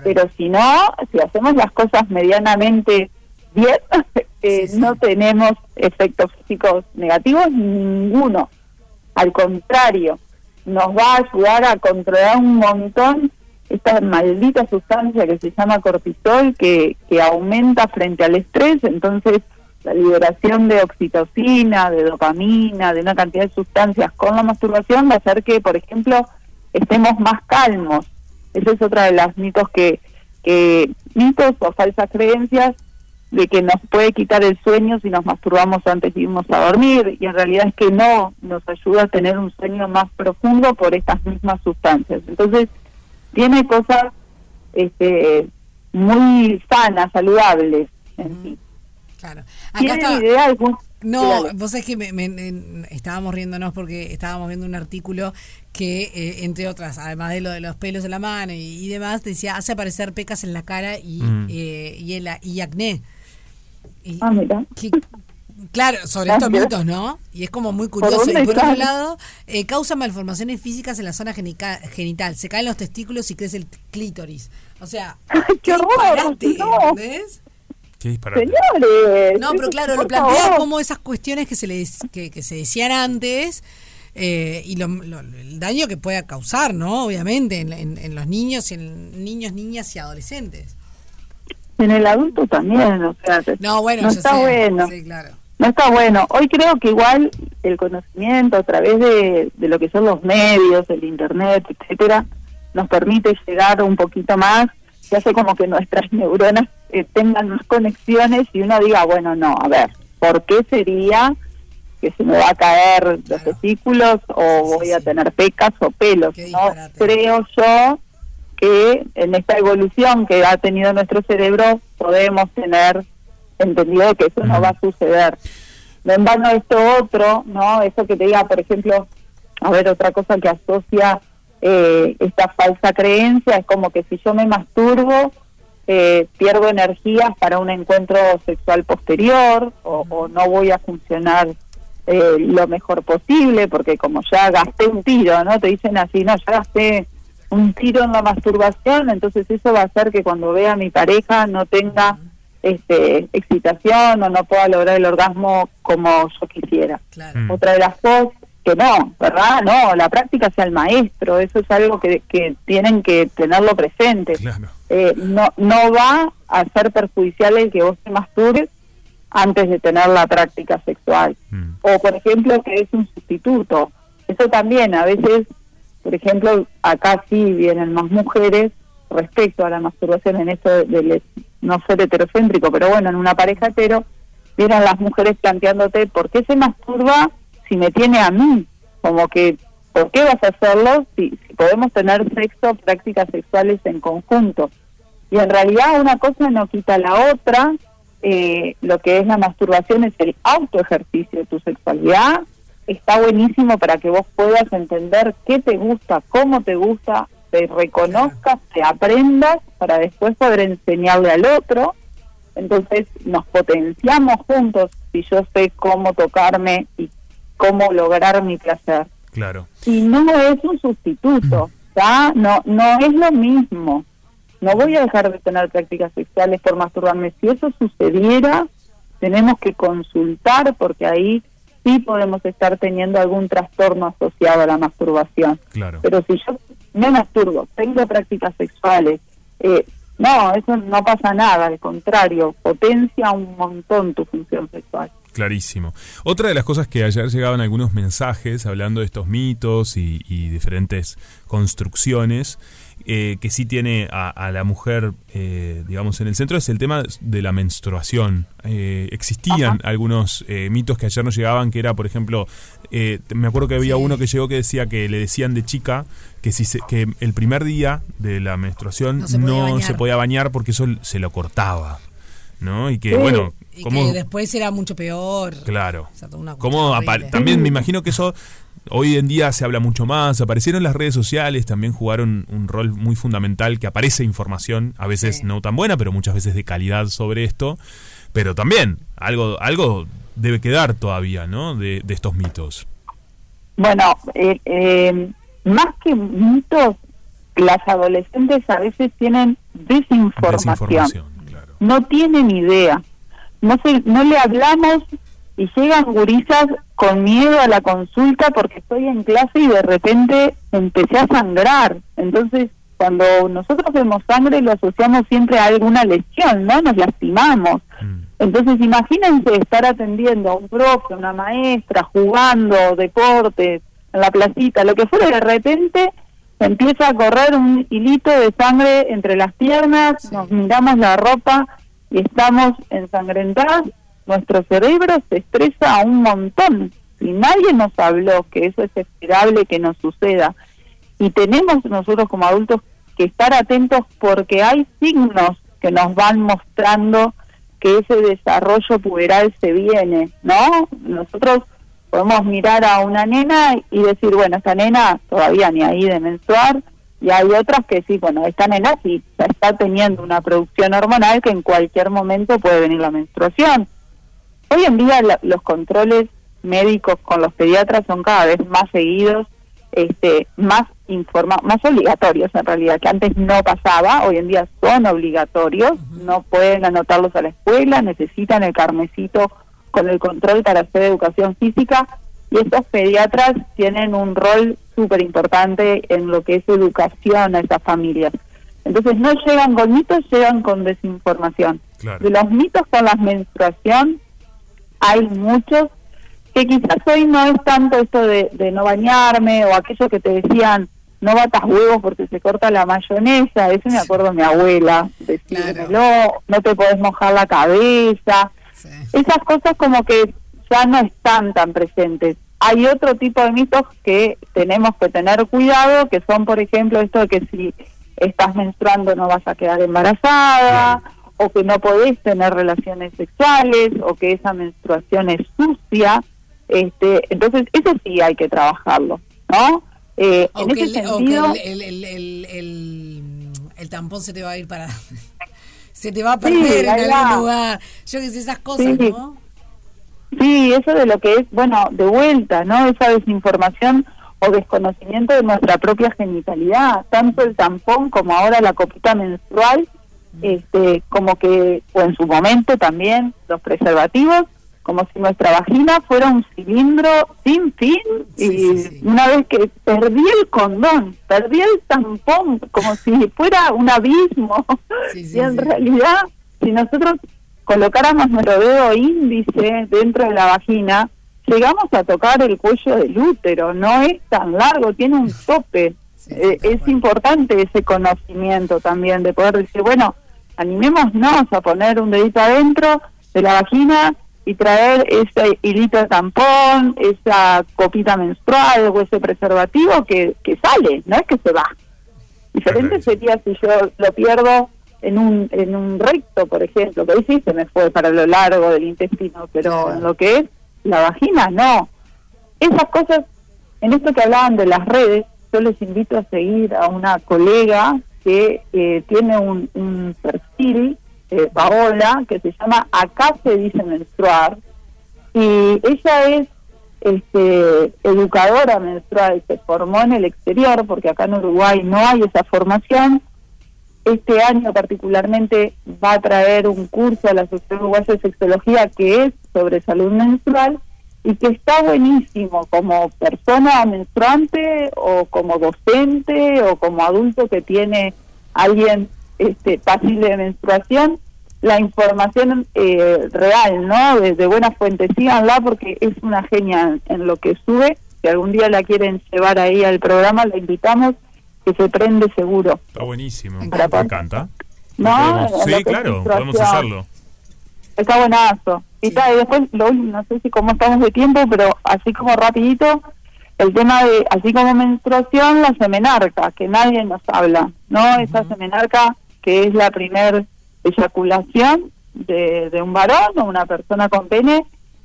Speaker 18: Pero si no, si hacemos las cosas medianamente bien, [LAUGHS] eh, no tenemos efectos físicos negativos ninguno. Al contrario, nos va a ayudar a controlar un montón esta maldita sustancia que se llama cortisol, que, que aumenta frente al estrés, entonces la liberación de oxitocina, de dopamina, de una cantidad de sustancias con la masturbación va a hacer que, por ejemplo, estemos más calmos. Esa es otra de las mitos que, que mitos o falsas creencias de que nos puede quitar el sueño si nos masturbamos antes de irnos a dormir, y en realidad es que no, nos ayuda a tener un sueño más profundo por estas mismas sustancias. Entonces, tiene cosas este, muy sanas, saludables en sí.
Speaker 3: Claro.
Speaker 18: ¿Tiene
Speaker 3: está-
Speaker 18: idea algún-
Speaker 3: No,
Speaker 18: Dale.
Speaker 3: vos sabés que me- me- me- estábamos riéndonos porque estábamos viendo un artículo que, eh, entre otras, además de lo de los pelos en la mano y, y demás, decía, hace aparecer pecas en la cara y,
Speaker 18: Mm.
Speaker 3: eh, y, el- y acné. Y-
Speaker 18: Ah, mira.
Speaker 3: que- claro, sobre estos
Speaker 18: Gracias.
Speaker 3: mitos, ¿no? Y es como muy
Speaker 18: ¿Por
Speaker 3: curioso.
Speaker 18: dónde
Speaker 3: Y por otro
Speaker 18: están?
Speaker 3: lado, eh, causa malformaciones físicas en la zona genica- genital. Se caen los testículos y crece el clítoris. O sea,
Speaker 18: ¡Qué horror!
Speaker 3: disparate,
Speaker 18: no.
Speaker 3: ¿entendés?
Speaker 2: Qué disparate.
Speaker 18: Señores.
Speaker 3: No, pero claro, lo
Speaker 18: por
Speaker 3: plantea
Speaker 18: favor.
Speaker 3: como esas cuestiones que se, les, que, que se decían antes eh, y lo- lo- el daño que pueda causar, ¿no? Obviamente, en, en- en los niños, y en niños, niñas y adolescentes.
Speaker 18: En el adulto también, o sea,
Speaker 3: No, bueno,
Speaker 18: no
Speaker 3: yo
Speaker 18: está
Speaker 3: sé.
Speaker 18: bueno.
Speaker 3: Sí, claro.
Speaker 18: No está bueno. Hoy creo que igual el conocimiento a través de, de lo que son los medios, el internet, etcétera, nos permite llegar un poquito más, que hace como que nuestras [LAUGHS] neuronas eh, tengan más conexiones y uno diga, bueno, no, a ver, ¿por qué sería que se me va a caer los testículos o voy a tener pecas o pelos? No creo yo que en esta evolución que ha tenido nuestro cerebro podemos tener entendido que eso no va a suceder. No en vano esto otro, ¿no? Eso que te diga, por ejemplo, a ver, otra cosa que asocia eh, esta falsa creencia es como que si yo me masturbo, eh, pierdo energías para un encuentro sexual posterior o, o no voy a funcionar eh, lo mejor posible porque como ya gasté un tiro, ¿no? Te dicen así, no, ya gasté un tiro en la masturbación, entonces eso va a hacer que cuando vea a mi pareja no tenga este, excitación o no pueda lograr el orgasmo como yo quisiera.
Speaker 13: Mm.
Speaker 18: Otra de las cosas que no, ¿verdad? No, la práctica sea el maestro, eso es algo que, que tienen que tenerlo presente. Eh, no, no va a ser perjudicial el que vos te masturbes antes de tener la práctica sexual. O, por ejemplo, que es un sustituto. Eso también, a veces, por ejemplo, acá sí vienen más mujeres respecto a la masturbación en esto del no ser heterocéntrico, pero bueno, en una pareja hetero, vieron las mujeres planteándote, ¿por qué se masturba si me tiene a mí? Como que, ¿por qué vas a hacerlo si, si podemos tener sexo, prácticas sexuales en conjunto? Y en realidad una cosa no quita la otra, eh, lo que es la masturbación es el autoejercicio de tu sexualidad, está buenísimo para que vos puedas entender qué te gusta, cómo te gusta, te reconozcas, te aprendas para después poder enseñarle al otro. Entonces nos potenciamos juntos. Si yo sé cómo tocarme y cómo lograr mi placer.
Speaker 2: Claro.
Speaker 18: Y no es un sustituto, ¿ya? No, no es lo mismo. No voy a dejar de tener prácticas sexuales por masturbarme. Si eso sucediera, tenemos que consultar porque ahí sí podemos estar teniendo algún trastorno asociado a la masturbación.
Speaker 2: Claro.
Speaker 18: Pero si yo me masturbo, tengo prácticas sexuales, eh, no, eso no pasa nada, al contrario, potencia un montón tu función sexual.
Speaker 2: Clarísimo. Otra de las cosas que ayer llegaban algunos mensajes hablando de estos mitos y, y diferentes construcciones eh, que sí tiene a, a la mujer, eh, digamos, en el centro es el tema de la menstruación. Eh, existían algunos eh, mitos que ayer nos llegaban, que era, por ejemplo, eh, me acuerdo que había uno que llegó que decía que le decían de chica que si se- que el primer día de la menstruación no
Speaker 3: No se
Speaker 2: se
Speaker 3: podía
Speaker 2: podía,
Speaker 3: bañar.
Speaker 2: bañar porque eso se lo cortaba, ¿no? Y que,
Speaker 3: Sí.
Speaker 2: bueno,
Speaker 3: Y
Speaker 2: como...
Speaker 3: que después era mucho peor.
Speaker 2: Claro.
Speaker 3: una cosa
Speaker 2: Como apa-
Speaker 3: horrible.
Speaker 2: también me imagino que eso hoy en día se habla mucho más. Aparecieron las redes sociales, también jugaron un rol muy fundamental que aparece información, a veces no tan buena, pero muchas veces de calidad sobre esto. Pero también algo, algo debe quedar todavía, ¿no? De, de estos mitos.
Speaker 18: Bueno, eh, eh, más que mitos, las adolescentes a veces tienen desinformación.
Speaker 2: Desinformación.
Speaker 18: No tienen idea. No, se, no le hablamos y llegan gurisas con miedo a la consulta porque estoy en clase y de repente empecé a sangrar. Entonces, cuando nosotros vemos sangre lo asociamos siempre a alguna lesión, ¿no? Nos lastimamos. Entonces, imagínense estar atendiendo a un profe, una maestra, jugando deporte, en la placita, lo que fuera, de repente empieza a correr un hilito de sangre entre las piernas, nos miramos la ropa y estamos ensangrentadas, nuestro cerebro se estresa a un montón. Y nadie nos habló que eso es esperable que nos suceda. Y tenemos nosotros como adultos que estar atentos porque hay signos que nos van mostrando que ese desarrollo puberal se viene, ¿no? Nosotros podemos mirar a una nena y decir, bueno, esta nena todavía ni ahí de menstruar, y hay otras que sí, bueno, esta nena sí ya está teniendo una producción hormonal que en cualquier momento puede venir la menstruación. Hoy en día la- los controles médicos con los pediatras son cada vez más seguidos, este, más informa más obligatorios en realidad, que antes no pasaba, hoy en día son obligatorios, no pueden anotarlos a la escuela, necesitan el carnecito con el control para hacer educación física y estos pediatras tienen un rol súper importante en lo que es educación a esas familias. Entonces no llegan con mitos, llegan con desinformación.
Speaker 2: Claro.
Speaker 18: De los mitos con la menstruación hay muchos que quizás hoy no es tanto esto de, de no bañarme o aquello que te decían no batas huevos porque se corta la mayonesa, eso me acuerdo mi abuela, decírmelo, no te podés mojar la cabeza, esas cosas como que ya no están tan presentes. Hay otro tipo de mitos que tenemos que tener cuidado, que son, por ejemplo, esto de que si estás menstruando no vas a quedar embarazada, o que no podés tener relaciones sexuales, o que esa menstruación es sucia. Este, entonces, eso sí hay que trabajarlo, ¿no? Eh,
Speaker 3: O
Speaker 18: en
Speaker 3: que,
Speaker 18: ese
Speaker 3: el, o que
Speaker 18: sentido,
Speaker 3: el- el- el- el- el- el tampón se te va a ir para... [LAUGHS] se te va a perder
Speaker 18: Sí,
Speaker 3: en
Speaker 18: ahí
Speaker 3: algún
Speaker 18: va.
Speaker 3: lugar. Yo que sé, esas cosas,
Speaker 18: Sí.
Speaker 3: ¿no?
Speaker 18: Sí, eso de lo que es, bueno, de vuelta, ¿no? Esa desinformación o desconocimiento de nuestra propia genitalidad, tanto el tampón como ahora la copita menstrual,
Speaker 3: Mm.
Speaker 18: este, como que, o en su momento también los preservativos, como si nuestra vagina fuera un cilindro sin fin, y una vez que perdí el condón, perdí el tampón, como si fuera un abismo, [LAUGHS] y en realidad, si nosotros colocáramos nuestro dedo índice dentro de la vagina, llegamos a tocar el cuello del útero, no es tan largo, tiene un tope. Eh, es importante ese conocimiento también de poder decir, bueno, animémonos a poner un dedito adentro de la vagina y traer ese hilito de tampón, esa copita menstrual o ese preservativo que, que sale, no es que se va. Diferente sería si yo lo pierdo en un, en un recto, por ejemplo, que ahí sí se me fue para lo largo del intestino, pero en lo que es la vagina, no. Esas cosas, en esto que hablaban de las redes, yo les invito a seguir a una colega que eh, tiene un, un perfil, eh, Paola, que se llama Acá se dice menstruar, y ella es este, educadora menstrual, se formó en el exterior, porque acá en Uruguay no hay esa formación. Este año particularmente va a traer un curso a la Sociedad Uruguaya de Sexología que es sobre salud menstrual y que está buenísimo como persona menstruante o como docente o como adulto que tiene alguien este, fácil de menstruación, la información eh, real, ¿no? De, de buena fuente, síganla porque es una genia en, en lo que sube. Si algún día la quieren llevar ahí al programa, la invitamos, que se prende seguro.
Speaker 2: Está buenísimo. Me
Speaker 18: Para-
Speaker 2: encanta.
Speaker 18: ¿No? En lo que
Speaker 2: Sí,
Speaker 18: es
Speaker 2: claro,
Speaker 18: menstruación.
Speaker 2: podemos hacerlo.
Speaker 18: Está buenazo. Y, tal, y después, lo, último, no sé si cómo estamos de tiempo, pero así como rapidito, el tema de, así como menstruación, la semenarca, que nadie nos habla, ¿no? Esa semenarca que es la primer eyaculación de, de un varón o una persona con pene,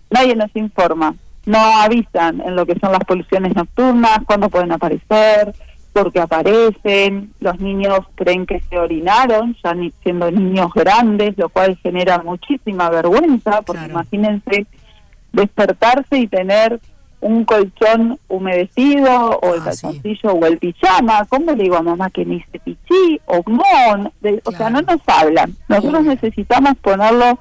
Speaker 18: nadie nos informa. No avisan en lo que son las poluciones nocturnas, cuándo pueden aparecer, por qué aparecen. Los niños creen que se orinaron, ya ni siendo niños grandes, lo cual genera muchísima vergüenza, porque imagínense despertarse y tener un colchón humedecido o el calzoncillo o el pijama, ¿cómo le digo a mamá que me hice pichí o mon? De- O sea, no nos hablan. Nosotros necesitamos ponerlo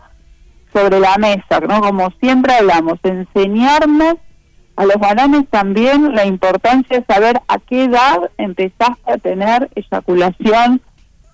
Speaker 18: sobre la mesa, ¿no? Como siempre hablamos, enseñarnos a los varones también la importancia de saber a qué edad empezaste a tener eyaculación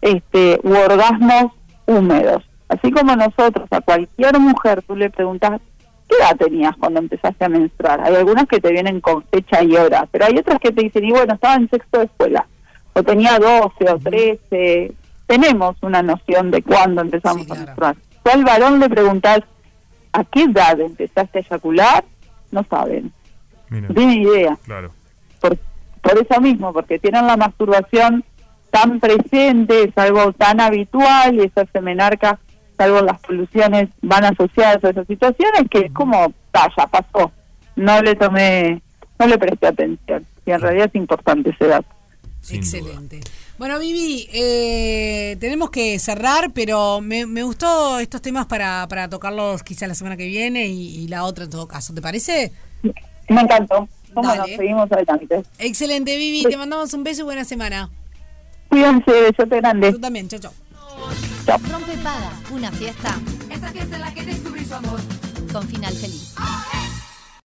Speaker 18: este, u orgasmos húmedos. Así como nosotros, a cualquier mujer tú le preguntas, ¿qué edad tenías cuando empezaste a menstruar? Hay algunas que te vienen con fecha y hora, pero hay otras que te dicen, y bueno, estaba en sexto de escuela, o tenía 12 o 13. Tenemos una noción de cuándo empezamos a menstruar. Tú al varón le preguntas, ¿a qué edad empezaste a eyacular? No saben.
Speaker 2: Mira.
Speaker 18: No tienen idea.
Speaker 2: Claro.
Speaker 18: Por, por eso mismo, porque tienen la masturbación tan presente, es algo tan habitual y esas semenarcas, salvo las poluciones, van asociadas a esas situaciones que es como, "Ah, ya pasó, no le tomé, no le presté atención. Y en realidad es importante ese dato.
Speaker 3: Excelente. Bueno, Vivi, eh, tenemos que cerrar, pero me, me gustó estos temas para, para tocarlos quizás la semana que viene y, y la otra en todo caso. ¿Te parece?
Speaker 18: Me encantó.
Speaker 3: ¿Cómo
Speaker 18: nos seguimos adelante?
Speaker 3: Excelente, Vivi. Te mandamos un beso y buena semana.
Speaker 18: Cuídense, besote grande.
Speaker 3: Tú también. Chao, chao.
Speaker 1: Rompe Paga, una fiesta. Esta fiesta en la que descubrí su amor. Con final feliz.